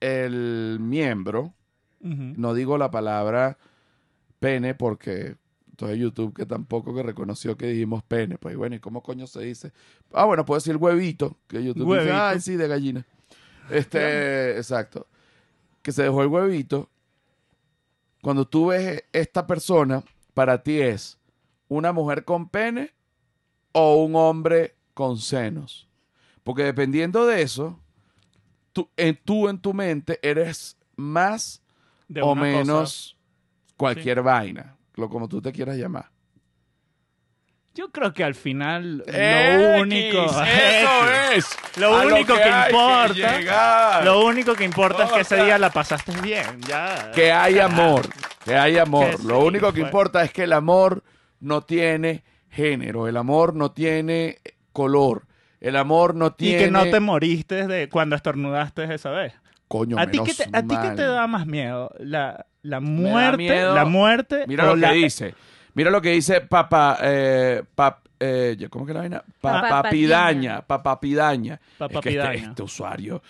[SPEAKER 1] el miembro,
[SPEAKER 2] Ujú.
[SPEAKER 1] no digo la palabra pene porque entonces YouTube que tampoco que reconoció que dijimos pene, pues bueno, ¿y cómo coño se dice? Ah, bueno, puedo decir huevito, que YouTube dice,
[SPEAKER 2] Huevito.
[SPEAKER 1] ay, sí, de gallina. Este, exacto. Que se dejó el huevito. Cuando tú ves esta persona, para ti es una mujer con pene o un hombre con senos. Porque dependiendo de eso, tú en, tú en tu mente eres más
[SPEAKER 2] De
[SPEAKER 1] o
[SPEAKER 2] una cosa.
[SPEAKER 1] menos cualquier vaina, lo como tú te quieras llamar.
[SPEAKER 2] Yo creo que al final
[SPEAKER 1] X,
[SPEAKER 2] lo único.
[SPEAKER 1] eso es.
[SPEAKER 2] Lo
[SPEAKER 1] a
[SPEAKER 2] único que
[SPEAKER 1] hay
[SPEAKER 2] importa.
[SPEAKER 1] llegar.
[SPEAKER 2] Lo único que importa es que
[SPEAKER 1] Otra.
[SPEAKER 2] ese día la pasaste bien. Ya.
[SPEAKER 1] Que hay amor, que hay amor.
[SPEAKER 2] Que
[SPEAKER 1] Lo
[SPEAKER 2] sí,
[SPEAKER 1] único que
[SPEAKER 2] pues.
[SPEAKER 1] importa es que el amor no tiene género, el amor no tiene color, el amor no
[SPEAKER 2] y
[SPEAKER 1] tiene
[SPEAKER 2] que no te moriste de cuando estornudaste esa vez.
[SPEAKER 1] coño
[SPEAKER 2] ¿A ti, qué
[SPEAKER 1] menos
[SPEAKER 2] te, a ti qué
[SPEAKER 1] mal.
[SPEAKER 2] te da más miedo? ¿La, la muerte?
[SPEAKER 1] miedo-
[SPEAKER 2] ¿La muerte?
[SPEAKER 1] Mira
[SPEAKER 2] o
[SPEAKER 1] lo que
[SPEAKER 2] la-
[SPEAKER 1] dice. Mira lo que dice papá eh, pap- eh, ¿cómo que la vaina? Papapidaña, papapidaña. Es que
[SPEAKER 2] Papapidaña.
[SPEAKER 1] este, este usuario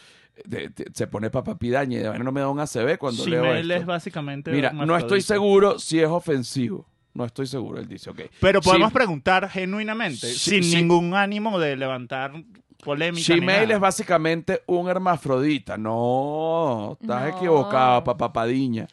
[SPEAKER 1] de- de- se pone papapidaña y de vaina no me da un ACB cuando
[SPEAKER 2] Gmail
[SPEAKER 1] leo
[SPEAKER 2] es
[SPEAKER 1] esto.
[SPEAKER 2] básicamente.
[SPEAKER 1] Mira,
[SPEAKER 2] hermafrodita.
[SPEAKER 1] no estoy seguro si es ofensivo. No estoy seguro, él dice, ok.
[SPEAKER 2] Pero podemos
[SPEAKER 1] Sí,
[SPEAKER 2] preguntar genuinamente,
[SPEAKER 1] Sí,
[SPEAKER 2] sin
[SPEAKER 1] sí.
[SPEAKER 2] ningún ánimo de levantar polémica. ni
[SPEAKER 1] Gmail
[SPEAKER 2] nada.
[SPEAKER 1] es básicamente un hermafrodita. No, estás
[SPEAKER 3] No.
[SPEAKER 1] equivocado, papapadiña.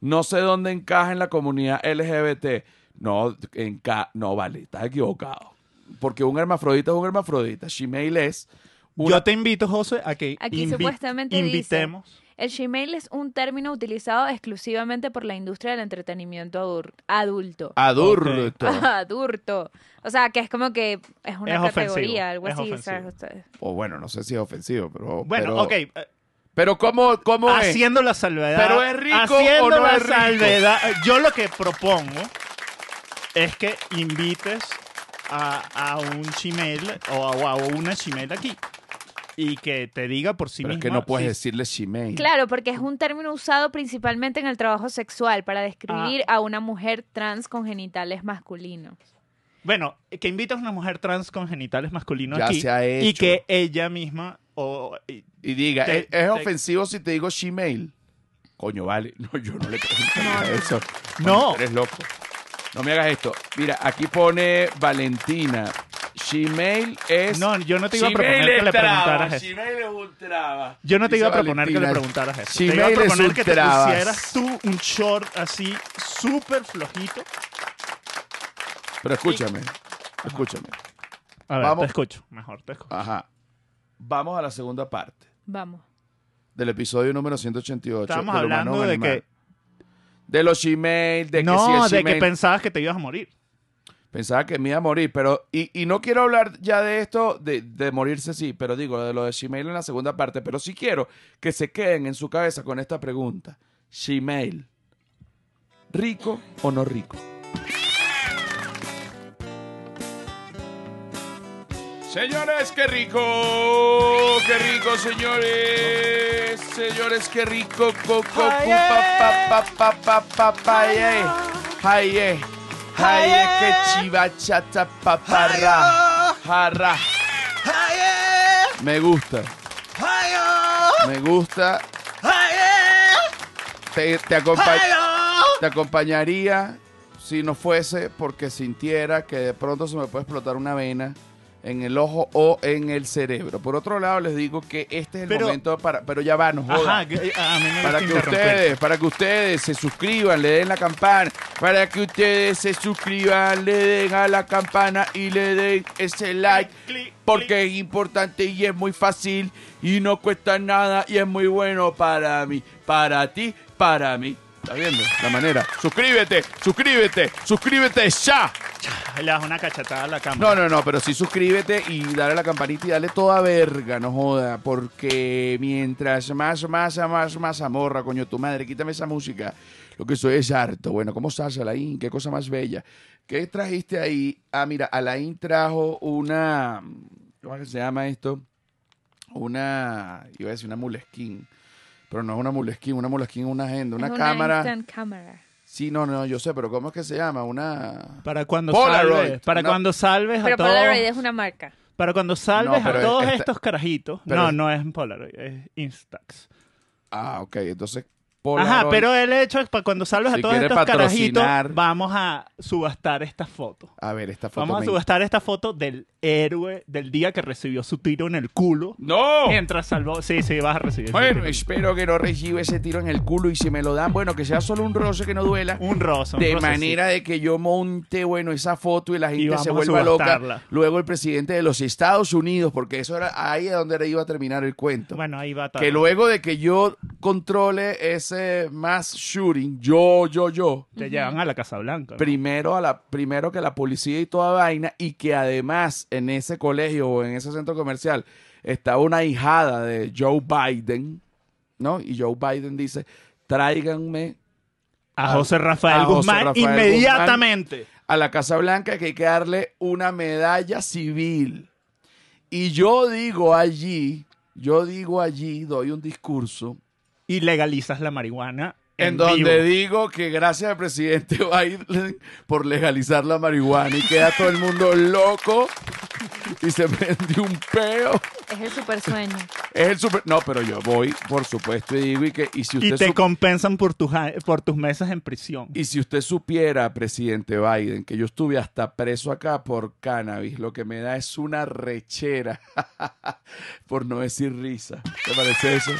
[SPEAKER 1] No sé dónde encaja en la comunidad LGBT. No, enca no vale, estás equivocado. Porque un hermafrodita es un hermafrodita. Gmail es
[SPEAKER 2] Yo te invito, José, a que
[SPEAKER 3] Aquí
[SPEAKER 2] invi-
[SPEAKER 3] supuestamente dice-
[SPEAKER 2] invitemos.
[SPEAKER 3] El Gmail es un término utilizado exclusivamente por la industria del entretenimiento adur- adulto.
[SPEAKER 1] adulto.
[SPEAKER 3] adulto. O sea, que es como que es una
[SPEAKER 2] Es ofensivo,
[SPEAKER 3] categoría, algo
[SPEAKER 2] es
[SPEAKER 3] así.
[SPEAKER 2] ofensivo.
[SPEAKER 3] ¿sabes? Ustedes.
[SPEAKER 1] O bueno, no sé si es ofensivo, pero.
[SPEAKER 2] Bueno,
[SPEAKER 1] pero,
[SPEAKER 2] ok. Ah, eh,
[SPEAKER 1] Pero ¿cómo, cómo es?
[SPEAKER 2] Haciendo la salvedad.
[SPEAKER 1] ¿Pero es rico
[SPEAKER 2] Haciendo
[SPEAKER 1] o no
[SPEAKER 2] la
[SPEAKER 1] es rico?
[SPEAKER 2] salvedad. Yo lo que propongo es que invites a, a un chimel o a, a una chimel aquí y que te diga por sí
[SPEAKER 1] Pero es que
[SPEAKER 2] mismo.
[SPEAKER 1] no puedes
[SPEAKER 2] si-
[SPEAKER 1] decirle Gmail.
[SPEAKER 3] Claro, porque es un término usado principalmente en el trabajo sexual para describir
[SPEAKER 2] Ah.
[SPEAKER 3] a una mujer trans con genitales masculinos.
[SPEAKER 2] Bueno, que invites a una mujer trans con genitales masculinos
[SPEAKER 1] Ya
[SPEAKER 2] aquí
[SPEAKER 1] se ha
[SPEAKER 2] y
[SPEAKER 1] hecho.
[SPEAKER 2] que ella misma o y-
[SPEAKER 1] Y diga, "Eh,
[SPEAKER 2] Te-
[SPEAKER 1] ¿es, es
[SPEAKER 2] te-
[SPEAKER 1] ofensivo si te digo Gmail? Coño, vale. No, yo no le preguntaría eso.
[SPEAKER 2] No.
[SPEAKER 1] Eres loco. No me hagas esto. Mira, aquí pone Valentina. Gmail es.
[SPEAKER 2] No, yo no te iba a
[SPEAKER 1] Gmail
[SPEAKER 2] proponer
[SPEAKER 1] es
[SPEAKER 2] que le
[SPEAKER 1] traba,
[SPEAKER 2] preguntaras eso.
[SPEAKER 1] Gmail es un traba.
[SPEAKER 2] Yo no te
[SPEAKER 1] Dice
[SPEAKER 2] iba a proponer que le
[SPEAKER 1] Valentina.
[SPEAKER 2] preguntaras eso. te iba a
[SPEAKER 1] Gmail es
[SPEAKER 2] proponer
[SPEAKER 1] un
[SPEAKER 2] que te
[SPEAKER 1] trabas.
[SPEAKER 2] pusieras tú un short así súper flojito.
[SPEAKER 1] Pero escúchame. Escúchame.
[SPEAKER 2] A ver,
[SPEAKER 1] Vamos.
[SPEAKER 2] te escucho. Mejor te escucho.
[SPEAKER 1] Ajá. Vamos a la segunda parte
[SPEAKER 3] Vamos.
[SPEAKER 1] del episodio número 188.
[SPEAKER 2] Estábamos
[SPEAKER 1] del humano
[SPEAKER 2] hablando de
[SPEAKER 1] animal.
[SPEAKER 2] que...
[SPEAKER 1] De los Gmail, de que si
[SPEAKER 2] No,
[SPEAKER 1] el
[SPEAKER 2] de que
[SPEAKER 1] Gmail-
[SPEAKER 2] pensabas que te ibas a morir.
[SPEAKER 1] Pensaba que me iba a morir, pero. Y, y no quiero hablar ya de esto, de, de morirse sí, pero digo, de lo de Gmail en la segunda parte, pero sí quiero que se queden en su cabeza con esta pregunta: Gmail, ¿rico o no rico? Señores, qué rico, qué rico, señores, señores, qué rico, coco,
[SPEAKER 2] Ay,
[SPEAKER 1] pa, pa, pa, pa, pa, pa, ay, ay. Ay, eh. Ay, eh, que chiva chata paparra. Jarra. Me gusta. Me gusta. Te, te, acompa- te acompañaría si no fuese porque sintiera que de pronto se me puede explotar una vena en el ojo o en el cerebro. Por otro lado, les digo que este es el
[SPEAKER 2] Pero-
[SPEAKER 1] momento para... Pero ya va, no joda.
[SPEAKER 2] Ajá, que- eh, a mí me gusta
[SPEAKER 1] Para que
[SPEAKER 2] interrumpir.
[SPEAKER 1] ustedes, para que ustedes se suscriban, le den la campana, para que ustedes se suscriban, le den a la campana y le den ese like,
[SPEAKER 2] clic,
[SPEAKER 1] porque es importante y es muy fácil y no cuesta nada y es muy bueno para mí, para ti, para mí. ¿Estás viendo? La manera. Suscríbete, suscríbete, suscríbete ya.
[SPEAKER 2] Le das una cachetada a la cámara.
[SPEAKER 1] No, no, no, pero sí suscríbete y dale a la campanita y dale toda verga, no joda, porque mientras más, más, más, más amorra, coño, tu madre, quítame esa música. Lo que soy es harto. Bueno, ¿cómo estás, Alain? Qué cosa más bella. ¿Qué trajiste ahí? Ah, mira, Alain trajo una. ¿Cómo es que se llama esto? Una. Iba a decir una muleskin. Pero no es una muleskin, una muleskin es una agenda, una
[SPEAKER 3] Es
[SPEAKER 1] cámara.
[SPEAKER 3] instant camera.
[SPEAKER 1] Sí, no, no, yo sé, pero ¿cómo es que se llama? Una.
[SPEAKER 2] Para cuando
[SPEAKER 1] Polaroid,
[SPEAKER 2] salves, para
[SPEAKER 1] una-
[SPEAKER 2] cuando salves a
[SPEAKER 3] Pero
[SPEAKER 2] todos,
[SPEAKER 3] Polaroid es una marca.
[SPEAKER 2] para cuando salves
[SPEAKER 1] No, pero
[SPEAKER 2] a todos
[SPEAKER 1] esta-
[SPEAKER 2] estos carajitos.
[SPEAKER 1] pero
[SPEAKER 2] no,
[SPEAKER 1] es-
[SPEAKER 2] no es en Polaroid, es Instax.
[SPEAKER 1] Ah, ok, entonces.
[SPEAKER 2] Ajá,
[SPEAKER 1] Polaroid.
[SPEAKER 2] pero el hecho es para cuando salves
[SPEAKER 1] Si
[SPEAKER 2] a todos
[SPEAKER 1] quiere
[SPEAKER 2] estos carajitos,
[SPEAKER 1] patrocinar-
[SPEAKER 2] vamos a subastar esta foto.
[SPEAKER 1] A ver, esta foto.
[SPEAKER 2] Vamos a
[SPEAKER 1] me-
[SPEAKER 2] subastar esta foto del héroe del día que recibió su tiro en el culo.
[SPEAKER 1] ¡No!
[SPEAKER 2] Mientras salvó. Sí, sí, vas a recibir.
[SPEAKER 1] Bueno, espero que no reciba ese tiro en el culo y si me lo dan, bueno, que sea solo un roce que no duela.
[SPEAKER 2] un rosa. un
[SPEAKER 1] De
[SPEAKER 2] rosacito.
[SPEAKER 1] manera de que yo monte, bueno, esa foto y la gente
[SPEAKER 2] vamos
[SPEAKER 1] se
[SPEAKER 2] a
[SPEAKER 1] vuelva loca.
[SPEAKER 2] subastarla.
[SPEAKER 1] Luego el presidente de los Estados Unidos, porque eso era ahí a donde iba a terminar el cuento.
[SPEAKER 2] Bueno, ahí va a
[SPEAKER 1] que luego de que yo controle ese mass shooting, yo, yo, yo,
[SPEAKER 2] Te llevan a la Casa Blanca. ¿no?
[SPEAKER 1] primero a la primero que la policía y toda vaina y que además en ese colegio o en ese centro comercial está una hijada de Joe Biden, ¿no? Y Joe Biden dice, "Tráiganme
[SPEAKER 2] A José Rafael
[SPEAKER 1] a José
[SPEAKER 2] Guzmán
[SPEAKER 1] Rafael
[SPEAKER 2] inmediatamente.
[SPEAKER 1] a la Casa Blanca que hay que darle una medalla civil." Y yo digo allí, yo digo allí, doy un discurso
[SPEAKER 2] Y legalizas la marihuana.
[SPEAKER 1] en,
[SPEAKER 2] En,
[SPEAKER 1] donde
[SPEAKER 2] vivo.
[SPEAKER 1] digo que gracias al presidente Biden por legalizar la marihuana y queda todo el mundo loco y se prende un peo.
[SPEAKER 3] Es el super sueño.
[SPEAKER 1] Es el super... No, pero yo voy, por supuesto, y digo, y que y si
[SPEAKER 2] Y
[SPEAKER 1] usted,
[SPEAKER 2] te
[SPEAKER 1] sup-
[SPEAKER 2] compensan por tus, ja- por tus mesas en prisión.
[SPEAKER 1] y si usted supiera, presidente Biden, que yo estuve hasta preso acá por cannabis, lo que me da es una rechera, por no decir risa. ¿Te parece eso?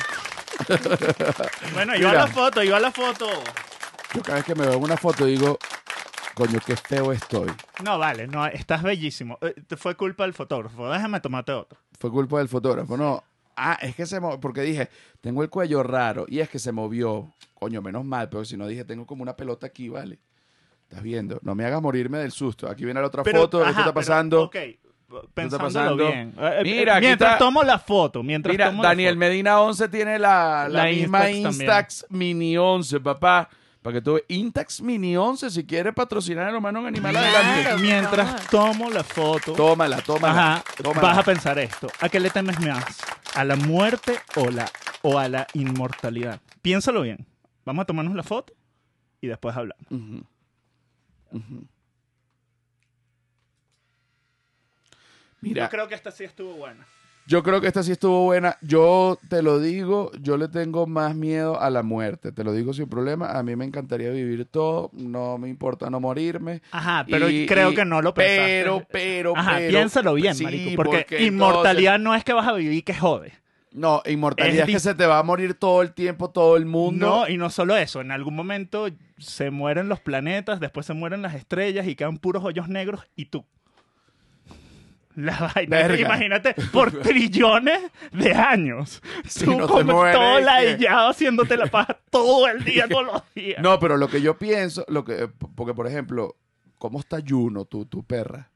[SPEAKER 2] bueno, iba
[SPEAKER 1] Mira.
[SPEAKER 2] la foto, iba la foto.
[SPEAKER 1] Yo cada vez que me veo en una foto digo, coño, qué feo estoy.
[SPEAKER 2] No, vale, no, estás bellísimo. Eh, te fue culpa del fotógrafo. Déjame tomarte otro.
[SPEAKER 1] Fue culpa del fotógrafo, no. Ah, es que se movió, porque dije, tengo el cuello raro y es que se movió. Coño, menos mal, pero si no dije, tengo como una pelota aquí, vale. Estás viendo, no me hagas morirme del susto. Aquí viene la otra foto,
[SPEAKER 2] ajá,
[SPEAKER 1] esto está
[SPEAKER 2] pero,
[SPEAKER 1] pasando.
[SPEAKER 2] ok, pensándolo
[SPEAKER 1] pasando.
[SPEAKER 2] bien. Eh, eh,
[SPEAKER 1] Mira, aquí
[SPEAKER 2] mientras
[SPEAKER 1] está-
[SPEAKER 2] tomo la foto, mientras
[SPEAKER 1] Mira,
[SPEAKER 2] tomo la
[SPEAKER 1] Daniel
[SPEAKER 2] foto.
[SPEAKER 1] Medina 11 tiene la, la
[SPEAKER 2] La
[SPEAKER 1] misma
[SPEAKER 2] Instax también.
[SPEAKER 1] Instax Mini 11, papá. Para que tú veas, Instax Mini 11, si quieres patrocinar al humano un animal,
[SPEAKER 3] Claro.
[SPEAKER 1] adelante.
[SPEAKER 3] por
[SPEAKER 2] Mientras
[SPEAKER 3] favor.
[SPEAKER 2] tomo la foto,
[SPEAKER 1] Tómala, tómala.
[SPEAKER 2] ajá,
[SPEAKER 1] tómala.
[SPEAKER 2] vas a pensar esto. ¿A qué le temes más? ¿A la muerte o, la, o a la inmortalidad? Piénsalo bien. Vamos a tomarnos la foto y después hablamos.
[SPEAKER 1] Ujú. Ujú. Mira,
[SPEAKER 2] Yo creo que esta sí estuvo buena.
[SPEAKER 1] Yo creo que esta sí estuvo buena. Yo te lo digo, yo le tengo más miedo a la muerte. Te lo digo sin problema. A mí me encantaría vivir todo. No me importa no morirme.
[SPEAKER 2] Ajá, Ah, pero
[SPEAKER 1] Y-
[SPEAKER 2] creo
[SPEAKER 1] y-
[SPEAKER 2] que no lo pensaste.
[SPEAKER 1] Pero, pero,
[SPEAKER 2] Ajá,
[SPEAKER 1] pero. pues
[SPEAKER 2] piénsalo bien,
[SPEAKER 1] sí,
[SPEAKER 2] marico, porque,
[SPEAKER 1] entonces-
[SPEAKER 2] inmortalidad no es que vas a vivir que jode.
[SPEAKER 1] no, inmortalidad es,
[SPEAKER 2] es
[SPEAKER 1] que
[SPEAKER 2] di-
[SPEAKER 1] se te va a morir todo el tiempo, todo el mundo.
[SPEAKER 2] No, y no solo eso, en algún momento se mueren los planetas, después se mueren las estrellas y quedan puros hoyos negros y tú. La vaina,
[SPEAKER 1] Verga.
[SPEAKER 2] imagínate, por trillones de años.
[SPEAKER 1] Sí,
[SPEAKER 2] tú
[SPEAKER 1] no te
[SPEAKER 2] como
[SPEAKER 1] mueres,
[SPEAKER 2] todo
[SPEAKER 1] ¿qué?
[SPEAKER 2] ladillado haciéndote la paja todo el día, todos los días.
[SPEAKER 1] No, pero lo que yo pienso, lo que, porque por ejemplo, ¿cómo está Juno, tu, tu perra?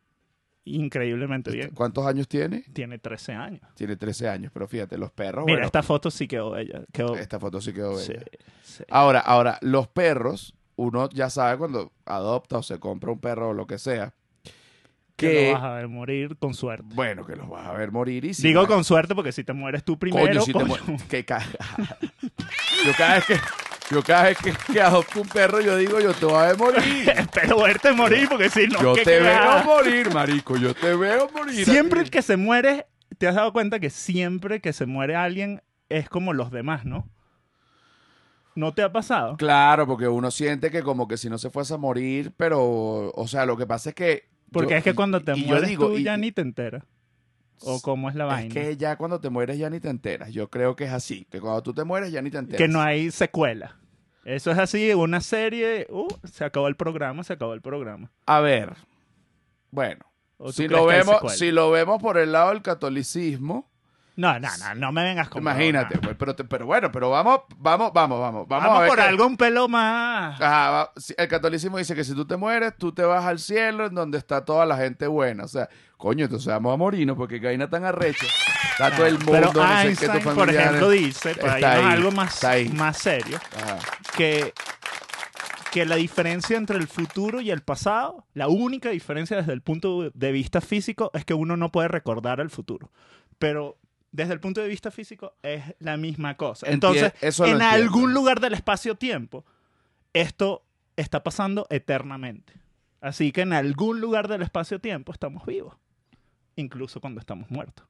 [SPEAKER 2] Increíblemente
[SPEAKER 1] Este
[SPEAKER 2] bien.
[SPEAKER 1] ¿Cuántos años tiene?
[SPEAKER 2] Tiene 13 años.
[SPEAKER 1] Tiene 13 años, pero fíjate, los perros. Ah,
[SPEAKER 2] Mira,
[SPEAKER 1] bueno,
[SPEAKER 2] esta foto sí quedó bella. Quedó...
[SPEAKER 1] esta foto sí quedó bella.
[SPEAKER 2] sí, sí.
[SPEAKER 1] Ahora, ahora, los perros, uno ya sabe cuando adopta o se compra un perro o lo que sea,
[SPEAKER 2] Que,
[SPEAKER 1] que,
[SPEAKER 2] lo vas a ver morir con suerte.
[SPEAKER 1] bueno, que los vas a ver morir y si
[SPEAKER 2] Digo
[SPEAKER 1] vas-
[SPEAKER 2] con suerte porque si te mueres tú
[SPEAKER 1] coño,
[SPEAKER 2] primero,
[SPEAKER 1] si te
[SPEAKER 2] coño.
[SPEAKER 1] mu- que ca- yo cada vez que yo cada vez que, que adopto un perro, yo digo, yo te voy a ver morir.
[SPEAKER 2] Espero verte morir porque si no,
[SPEAKER 1] Yo
[SPEAKER 2] ¿qué
[SPEAKER 1] te veo
[SPEAKER 2] carajo?
[SPEAKER 1] morir, marico, yo te veo morir.
[SPEAKER 2] Siempre el que se muere, te has dado cuenta que siempre que se muere alguien es como los demás, ¿no? ¿No te ha pasado?
[SPEAKER 1] Claro, porque uno siente que como que si no se fuese a morir, pero o sea, lo que pasa es que
[SPEAKER 2] Porque
[SPEAKER 1] yo-
[SPEAKER 2] es que cuando te
[SPEAKER 1] y- y yo
[SPEAKER 2] mueres
[SPEAKER 1] digo,
[SPEAKER 2] tú
[SPEAKER 1] y-
[SPEAKER 2] ya ni te enteras. O cómo es la
[SPEAKER 1] Es
[SPEAKER 2] vaina.
[SPEAKER 1] que ya cuando te mueres ya ni te enteras. Yo creo que es así. Que cuando tú te mueres ya ni te enteras.
[SPEAKER 2] Que no hay secuela. Eso es así, una serie, uh, se acabó el programa, se acabó el programa.
[SPEAKER 1] A ver. Bueno.
[SPEAKER 2] ¿O tú
[SPEAKER 1] Si
[SPEAKER 2] crees
[SPEAKER 1] lo,
[SPEAKER 2] que hay
[SPEAKER 1] vemos,
[SPEAKER 2] secuela?
[SPEAKER 1] si lo vemos por el lado del catolicismo,
[SPEAKER 2] No, no, no, no me vengas con
[SPEAKER 1] Imagínate,
[SPEAKER 2] broma.
[SPEAKER 1] pues, pero, te- pero bueno, pero vamos, vamos, vamos, vamos. Vamos,
[SPEAKER 2] Vamos,
[SPEAKER 1] a ver
[SPEAKER 2] por
[SPEAKER 1] qué-
[SPEAKER 2] algún pelo más.
[SPEAKER 1] Ajá, va- si- el catolicismo dice que si tú te mueres, tú te vas al cielo en donde está toda la gente buena. O sea, coño, entonces vamos a morirnos porque vaina tan arrecha. Está todo el mundo,
[SPEAKER 2] Pero
[SPEAKER 1] no sé qué,
[SPEAKER 2] Einstein,
[SPEAKER 1] tus
[SPEAKER 2] por
[SPEAKER 1] familiares.
[SPEAKER 2] ejemplo, dice, para
[SPEAKER 1] Está
[SPEAKER 2] irnos a
[SPEAKER 1] ahí,
[SPEAKER 2] algo más,
[SPEAKER 1] está ahí.
[SPEAKER 2] más serio,
[SPEAKER 1] Ajá.
[SPEAKER 2] que, que la diferencia entre el futuro y el pasado, la única diferencia desde el punto de vista físico es que uno no puede recordar el futuro. Pero desde el punto de vista físico es la misma cosa.
[SPEAKER 1] Enti-
[SPEAKER 2] Entonces,
[SPEAKER 1] eso lo
[SPEAKER 2] en
[SPEAKER 1] entiendo.
[SPEAKER 2] algún lugar del espacio-tiempo, esto está pasando eternamente. Así que en algún lugar del espacio-tiempo estamos vivos, incluso cuando estamos muertos.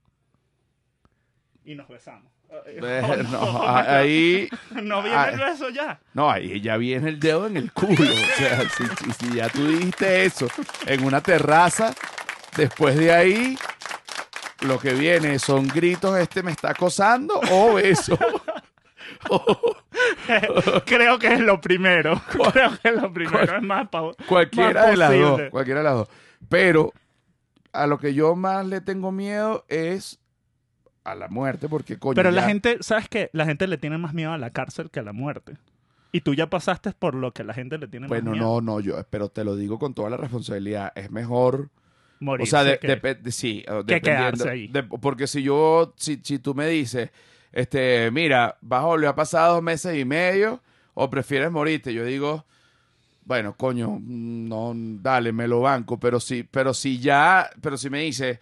[SPEAKER 2] Y nos besamos.
[SPEAKER 1] Eh,
[SPEAKER 2] Oh,
[SPEAKER 1] no, a- ahí,
[SPEAKER 2] no viene
[SPEAKER 1] Ah.
[SPEAKER 2] el beso ya.
[SPEAKER 1] no, ahí ya viene el dedo en el culo. O sea, si, si- si ya tú dijiste eso en una terraza, después de ahí, lo que viene son gritos, este me está acosando o eso.
[SPEAKER 2] Creo que es lo primero. Creo que es lo primero. Es más, pa-
[SPEAKER 1] Cualquiera
[SPEAKER 2] más
[SPEAKER 1] de las dos.
[SPEAKER 2] posible.
[SPEAKER 1] Cualquiera de las dos. Pero a lo que yo más le tengo miedo es a la muerte, porque coño.
[SPEAKER 2] Pero la
[SPEAKER 1] ya-
[SPEAKER 2] gente, ¿sabes qué? La gente le tiene más miedo a la cárcel que a la muerte. Y tú ya pasaste por lo que la gente le tiene
[SPEAKER 1] Bueno,
[SPEAKER 2] más miedo.
[SPEAKER 1] pues, no, no, yo, pero te lo digo con toda la responsabilidad. Es mejor. O
[SPEAKER 2] Morirse
[SPEAKER 1] sea, de-
[SPEAKER 2] que-
[SPEAKER 1] depe- de- sí, eh,
[SPEAKER 2] que
[SPEAKER 1] dependiendo-
[SPEAKER 2] quedarse ahí.
[SPEAKER 1] de- porque si yo, si, si tú me dices, este, mira, vas a volver a pasar dos meses y medio, o prefieres morirte, yo digo, bueno, coño, no, dale, me lo banco, pero si, pero si ya, pero si me dices,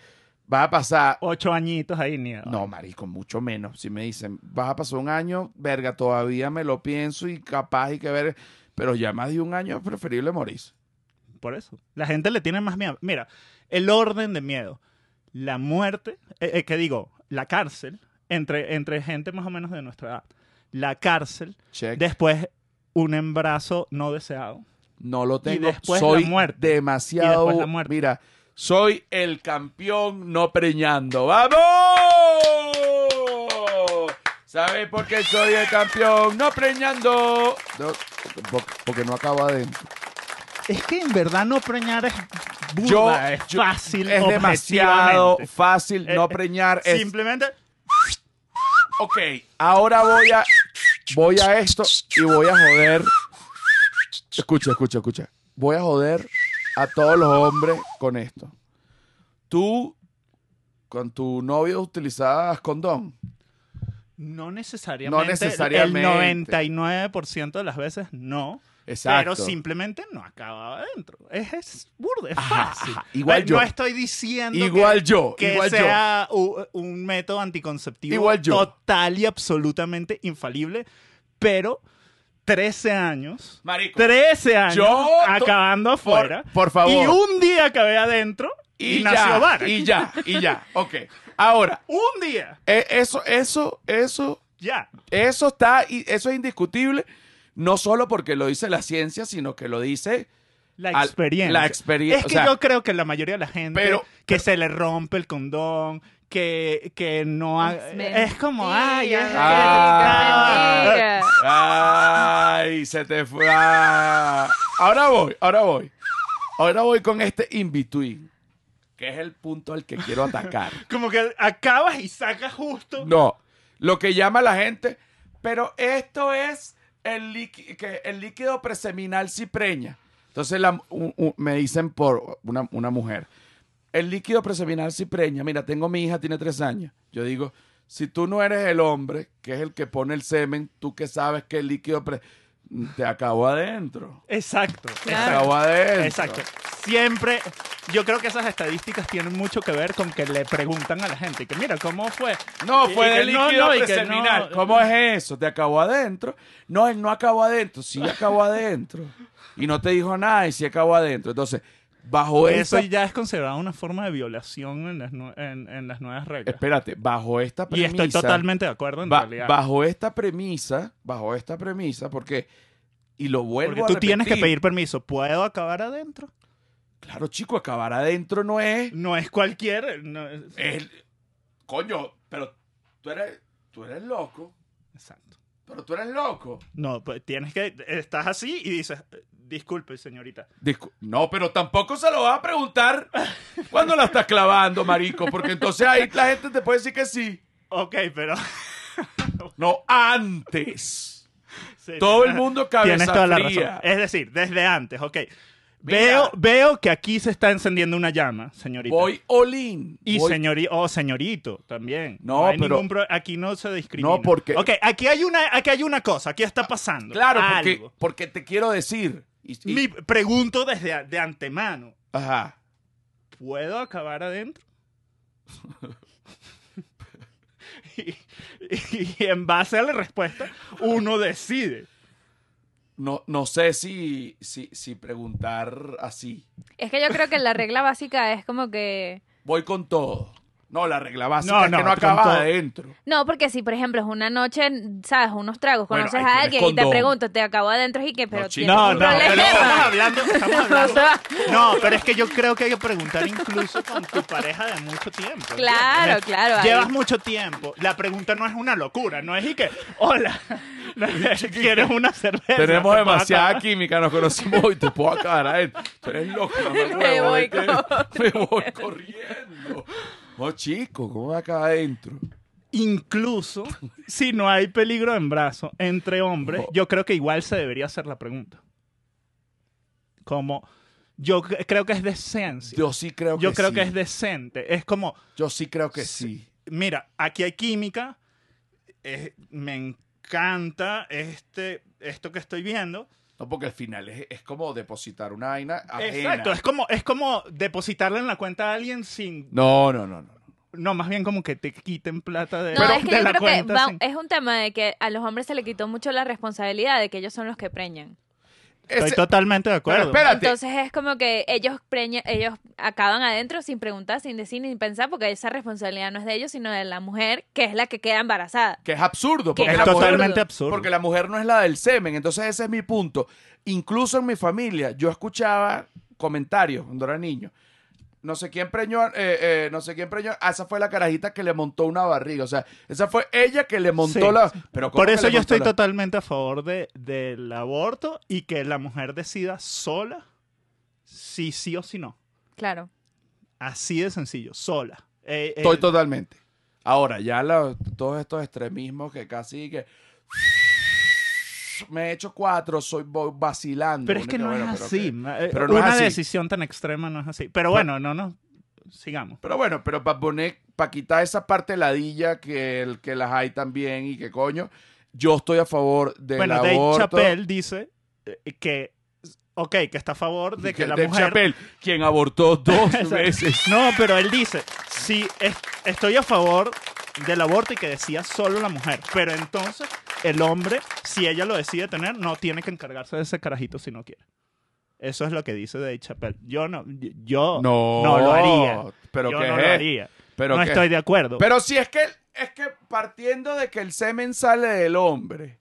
[SPEAKER 1] vas a pasar
[SPEAKER 2] Ocho añitos ahí, ni
[SPEAKER 1] No, marico, mucho menos. Si me dicen, vas a pasar un año, verga, todavía me lo pienso y capaz y que ver. Pero ya más de un año es preferible morir.
[SPEAKER 2] Por eso. La gente le tiene más miedo. Mira, el orden de miedo. La muerte, eh, eh, que digo, la cárcel, entre, entre gente más o menos de nuestra edad. La cárcel,
[SPEAKER 1] Check.
[SPEAKER 2] después un embarazo no deseado.
[SPEAKER 1] no lo tengo.
[SPEAKER 2] después
[SPEAKER 1] soy
[SPEAKER 2] la muerte.
[SPEAKER 1] demasiado.
[SPEAKER 2] Y después la muerte.
[SPEAKER 1] Mira, soy el campeón no preñando. ¡Vamos! ¿Sabes por qué soy el campeón no preñando? No, po- porque no acabo adentro.
[SPEAKER 2] Es que en verdad no preñar es burda,
[SPEAKER 1] Yo-
[SPEAKER 2] es
[SPEAKER 1] yo-
[SPEAKER 2] fácil,
[SPEAKER 1] Es demasiado
[SPEAKER 2] objetivamente.
[SPEAKER 1] fácil
[SPEAKER 2] Eh,
[SPEAKER 1] no
[SPEAKER 2] eh,
[SPEAKER 1] preñar. es
[SPEAKER 2] Simplemente
[SPEAKER 1] Ok, ahora voy a voy a esto y voy a joder. Escucha, escucha, escucha. Voy a joder a todos los hombres con esto. Tú con tu novio utilizabas condón.
[SPEAKER 2] no necesariamente,
[SPEAKER 1] No necesariamente.
[SPEAKER 2] el 99% de las veces no,
[SPEAKER 1] Exacto.
[SPEAKER 2] pero simplemente no acaba adentro. Es, es burda, es
[SPEAKER 1] Ajá,
[SPEAKER 2] fácil.
[SPEAKER 1] ajá. Igual
[SPEAKER 2] Eh,
[SPEAKER 1] yo.
[SPEAKER 2] No estoy diciendo
[SPEAKER 1] Igual
[SPEAKER 2] que,
[SPEAKER 1] yo,
[SPEAKER 2] que
[SPEAKER 1] igual yo.
[SPEAKER 2] sea u- un método anticonceptivo
[SPEAKER 1] Igual yo.
[SPEAKER 2] total y absolutamente infalible, pero 13 años
[SPEAKER 1] Marico.
[SPEAKER 2] 13 años
[SPEAKER 1] Yo to-
[SPEAKER 2] acabando afuera.
[SPEAKER 1] por favor.
[SPEAKER 2] Y un día acabé adentro y,
[SPEAKER 1] Y
[SPEAKER 2] nació
[SPEAKER 1] ya,
[SPEAKER 2] Barack.
[SPEAKER 1] y ya, y ya. Ok. Ahora,
[SPEAKER 2] Un día.
[SPEAKER 1] eh, eso, eso, eso
[SPEAKER 2] Ya.
[SPEAKER 1] Eso está, y eso es indiscutible, no solo porque lo dice la ciencia, sino que lo dice.
[SPEAKER 2] La
[SPEAKER 1] Al-
[SPEAKER 2] experiencia.
[SPEAKER 1] la experiencia,
[SPEAKER 2] Es
[SPEAKER 1] o
[SPEAKER 2] que
[SPEAKER 1] sea-
[SPEAKER 2] yo creo que la mayoría de la gente
[SPEAKER 1] Pero-
[SPEAKER 2] que se le rompe el condón, que, que no ha-
[SPEAKER 3] Es mentira,
[SPEAKER 2] es como ay, es que-
[SPEAKER 1] Ah.
[SPEAKER 3] mentira.
[SPEAKER 1] ¡Ay! Se te fue. ah. Ahora voy, ahora voy. Ahora voy con este in-between, que es el punto al que quiero atacar.
[SPEAKER 2] como que acabas y sacas justo.
[SPEAKER 1] No, lo que llama la gente, pero esto es el, líqui- que el líquido preseminal si preña. Entonces la- u- u- me dicen por una, una mujer, el líquido preseminal si preña, mira, tengo mi hija, tiene tres años. Yo digo, si tú no eres el hombre, que es el que pone el semen, tú que sabes que el líquido pre- te acabó adentro.
[SPEAKER 2] Exacto.
[SPEAKER 1] Te
[SPEAKER 3] Claro.
[SPEAKER 1] acabó adentro.
[SPEAKER 2] Exacto. Siempre, yo creo que esas estadísticas tienen mucho que ver con que le preguntan a la gente que mira cómo fue.
[SPEAKER 1] No,
[SPEAKER 2] Y-
[SPEAKER 1] fue
[SPEAKER 2] y que
[SPEAKER 1] de líquido
[SPEAKER 2] no, no, y que
[SPEAKER 1] preseminal.
[SPEAKER 2] no.
[SPEAKER 1] ¿Cómo es eso? ¿Te acabó adentro? No, él no acabó adentro. Sí acabó adentro. Y no te dijo nada y sí acabó adentro. Entonces, bajo
[SPEAKER 2] Eso
[SPEAKER 1] Pues esa...
[SPEAKER 2] ya es considerado una forma de violación en las, nue- en, en las nuevas reglas.
[SPEAKER 1] Espérate, bajo esta
[SPEAKER 2] Y
[SPEAKER 1] premisa...
[SPEAKER 2] estoy totalmente de acuerdo en
[SPEAKER 1] ba-
[SPEAKER 2] realidad.
[SPEAKER 1] bajo esta premisa, bajo esta premisa, porque... Y lo vuelvo
[SPEAKER 2] porque
[SPEAKER 1] a
[SPEAKER 2] tú tienes que
[SPEAKER 1] repetir.
[SPEAKER 2] pedir permiso. ¿Puedo acabar adentro?
[SPEAKER 1] Claro, chico, acabar adentro no es...
[SPEAKER 2] No es cualquier. no es-
[SPEAKER 1] es- Coño, pero tú eres... Tú eres loco.
[SPEAKER 2] Exacto.
[SPEAKER 1] Pero tú eres loco.
[SPEAKER 2] No, pues tienes que. Estás así y dices, disculpe, señorita.
[SPEAKER 1] Discu- No, pero tampoco se lo vas a preguntar cuando la estás clavando, marico, porque entonces ahí la gente te puede decir que sí.
[SPEAKER 2] Ok, pero.
[SPEAKER 1] No, antes.
[SPEAKER 2] sí,
[SPEAKER 1] Todo el
[SPEAKER 2] tienes-
[SPEAKER 1] mundo cabeza
[SPEAKER 2] Tienes toda la
[SPEAKER 1] fría.
[SPEAKER 2] razón. Eh, Es decir, desde antes, ok.
[SPEAKER 1] Mira.
[SPEAKER 2] Veo, veo que aquí se está encendiendo una llama, señorita.
[SPEAKER 1] Voy Olin.
[SPEAKER 2] y señori- oh, señorito también.
[SPEAKER 1] No,
[SPEAKER 2] hay
[SPEAKER 1] pero-
[SPEAKER 2] ningún pro- aquí no se discrimina.
[SPEAKER 1] No, porque-
[SPEAKER 2] Ok, aquí hay una, aquí hay una cosa, aquí está pasando.
[SPEAKER 1] Claro, porque,
[SPEAKER 2] algo.
[SPEAKER 1] porque te quiero decir. y- y-
[SPEAKER 2] Mi pregunto desde a- de antemano.
[SPEAKER 1] Ajá.
[SPEAKER 2] ¿Puedo acabar adentro? y, y- y en base a la respuesta, uno decide.
[SPEAKER 1] No, no sé si, si, si preguntar así.
[SPEAKER 3] Es que yo creo que la regla básica es como que...
[SPEAKER 1] Voy con todo. No, la regla básica
[SPEAKER 2] No,
[SPEAKER 1] es que
[SPEAKER 2] no,
[SPEAKER 1] no
[SPEAKER 2] con
[SPEAKER 1] acaba
[SPEAKER 2] todo.
[SPEAKER 1] adentro.
[SPEAKER 3] No, porque si, por ejemplo, es una noche, sabes, unos tragos,
[SPEAKER 1] Bueno,
[SPEAKER 3] conoces
[SPEAKER 1] ahí
[SPEAKER 3] a
[SPEAKER 1] tienes
[SPEAKER 3] alguien y te
[SPEAKER 1] condón.
[SPEAKER 3] pregunto, te acabo adentro y que, pero
[SPEAKER 1] No, chico,
[SPEAKER 3] tienes
[SPEAKER 1] no,
[SPEAKER 3] un
[SPEAKER 1] no,
[SPEAKER 2] pero estamos
[SPEAKER 3] problema.
[SPEAKER 2] hablando, estamos hablando-
[SPEAKER 3] O sea,
[SPEAKER 2] No, pero es que yo creo que hay que preguntar incluso con tu pareja de mucho tiempo. ¿entiendes?
[SPEAKER 3] Claro, claro, ahí.
[SPEAKER 2] Llevas mucho tiempo. La pregunta no es una locura, no es y que, hola, ¿quieres una cerveza?
[SPEAKER 1] Tenemos
[SPEAKER 2] Te
[SPEAKER 1] demasiada
[SPEAKER 2] puedo
[SPEAKER 1] química, nos conocimos hoy. Te puedo acabar adentro. Tú eres loco. mamá
[SPEAKER 3] Me
[SPEAKER 1] huevo,
[SPEAKER 3] voy
[SPEAKER 1] ¿viste? Me voy corriendo. No, chico, ¿cómo voy acá adentro?
[SPEAKER 2] Incluso si no hay peligro de embarazo entre hombres, yo creo que igual se debería hacer la pregunta. Como, yo cre- creo que es decencia. Yo,
[SPEAKER 1] Yo sí creo que
[SPEAKER 2] creo
[SPEAKER 1] sí.
[SPEAKER 2] que es decente. Es como,
[SPEAKER 1] Yo sí creo que sí.
[SPEAKER 2] mira, aquí hay química, eh, me encanta este, esto que estoy viendo.
[SPEAKER 1] No, porque al final es, es como depositar una vaina ajena.
[SPEAKER 2] Exacto, es como, es como depositarle en la cuenta a alguien sin...
[SPEAKER 1] No, no, no, no.
[SPEAKER 2] No, más bien como que te quiten plata de,
[SPEAKER 3] No,
[SPEAKER 2] pero
[SPEAKER 3] es que
[SPEAKER 2] de
[SPEAKER 3] yo
[SPEAKER 2] la
[SPEAKER 3] creo que
[SPEAKER 2] cuenta.
[SPEAKER 3] va-
[SPEAKER 2] sin-
[SPEAKER 3] es un tema de que a los hombres se le quitó mucho la responsabilidad de que ellos son los que preñan.
[SPEAKER 2] Estoy
[SPEAKER 1] Ese-
[SPEAKER 2] totalmente de
[SPEAKER 1] pero
[SPEAKER 2] acuerdo.
[SPEAKER 1] espérate.
[SPEAKER 3] Entonces es como que ellos preñan, ellos acaban adentro sin preguntar, sin decir, ni pensar, porque esa responsabilidad no es de ellos, sino de la mujer, que es la que queda embarazada.
[SPEAKER 1] que es absurdo.
[SPEAKER 3] Que
[SPEAKER 1] Porque
[SPEAKER 2] es
[SPEAKER 1] la mujer-
[SPEAKER 2] totalmente absurdo.
[SPEAKER 1] Porque la mujer no es la del semen. Entonces ese es mi punto. Incluso en mi familia, yo escuchaba comentarios cuando era niño. No sé quién preñó, eh, eh, no sé quién preñó. Ah, esa fue la carajita que le montó una barriga. O sea, esa fue ella que le montó
[SPEAKER 2] Sí.
[SPEAKER 1] la. Pero ¿cómo
[SPEAKER 2] Por
[SPEAKER 1] que
[SPEAKER 2] eso
[SPEAKER 1] le
[SPEAKER 2] yo
[SPEAKER 1] montó
[SPEAKER 2] estoy
[SPEAKER 1] la-
[SPEAKER 2] totalmente a favor de, del aborto y que la mujer decida sola si sí o si no.
[SPEAKER 3] Claro.
[SPEAKER 2] Así de sencillo, sola. Eh, eh,
[SPEAKER 1] Estoy totalmente. Ahora, ya la- todos estos extremismos que casi que. Me he hecho cuatro, soy voy vacilando.
[SPEAKER 2] pero es que no
[SPEAKER 1] Bueno,
[SPEAKER 2] es
[SPEAKER 1] pero
[SPEAKER 2] así.
[SPEAKER 1] ok.
[SPEAKER 2] eh,
[SPEAKER 1] Pero no es
[SPEAKER 2] Una
[SPEAKER 1] así.
[SPEAKER 2] decisión tan extrema no es así. Pero bueno, no, no. Sigamos.
[SPEAKER 1] Pero bueno, pero para poner, para quitar esa parte ladilla que, el- que las hay también y que coño, yo estoy a favor del
[SPEAKER 2] bueno, Dave
[SPEAKER 1] aborto.
[SPEAKER 2] Chappelle dice eh, que, ok, que está a favor de que la
[SPEAKER 1] Dave
[SPEAKER 2] mujer...
[SPEAKER 1] Chappelle, quien abortó dos
[SPEAKER 2] Exacto.
[SPEAKER 1] veces.
[SPEAKER 2] No, pero él dice, sí, es- estoy a favor del aborto y que decía solo la mujer, pero entonces el hombre, si ella lo decide tener, no tiene que encargarse de ese carajito si no quiere. Eso es lo que dice Dave Chappelle. Yo no, yo
[SPEAKER 1] No,
[SPEAKER 2] no lo haría.
[SPEAKER 1] Pero
[SPEAKER 2] yo
[SPEAKER 1] qué
[SPEAKER 2] no
[SPEAKER 1] es?
[SPEAKER 2] lo haría.
[SPEAKER 1] Pero
[SPEAKER 2] no
[SPEAKER 1] qué-
[SPEAKER 2] estoy de acuerdo.
[SPEAKER 1] Pero si es que es que partiendo de que el semen sale del hombre.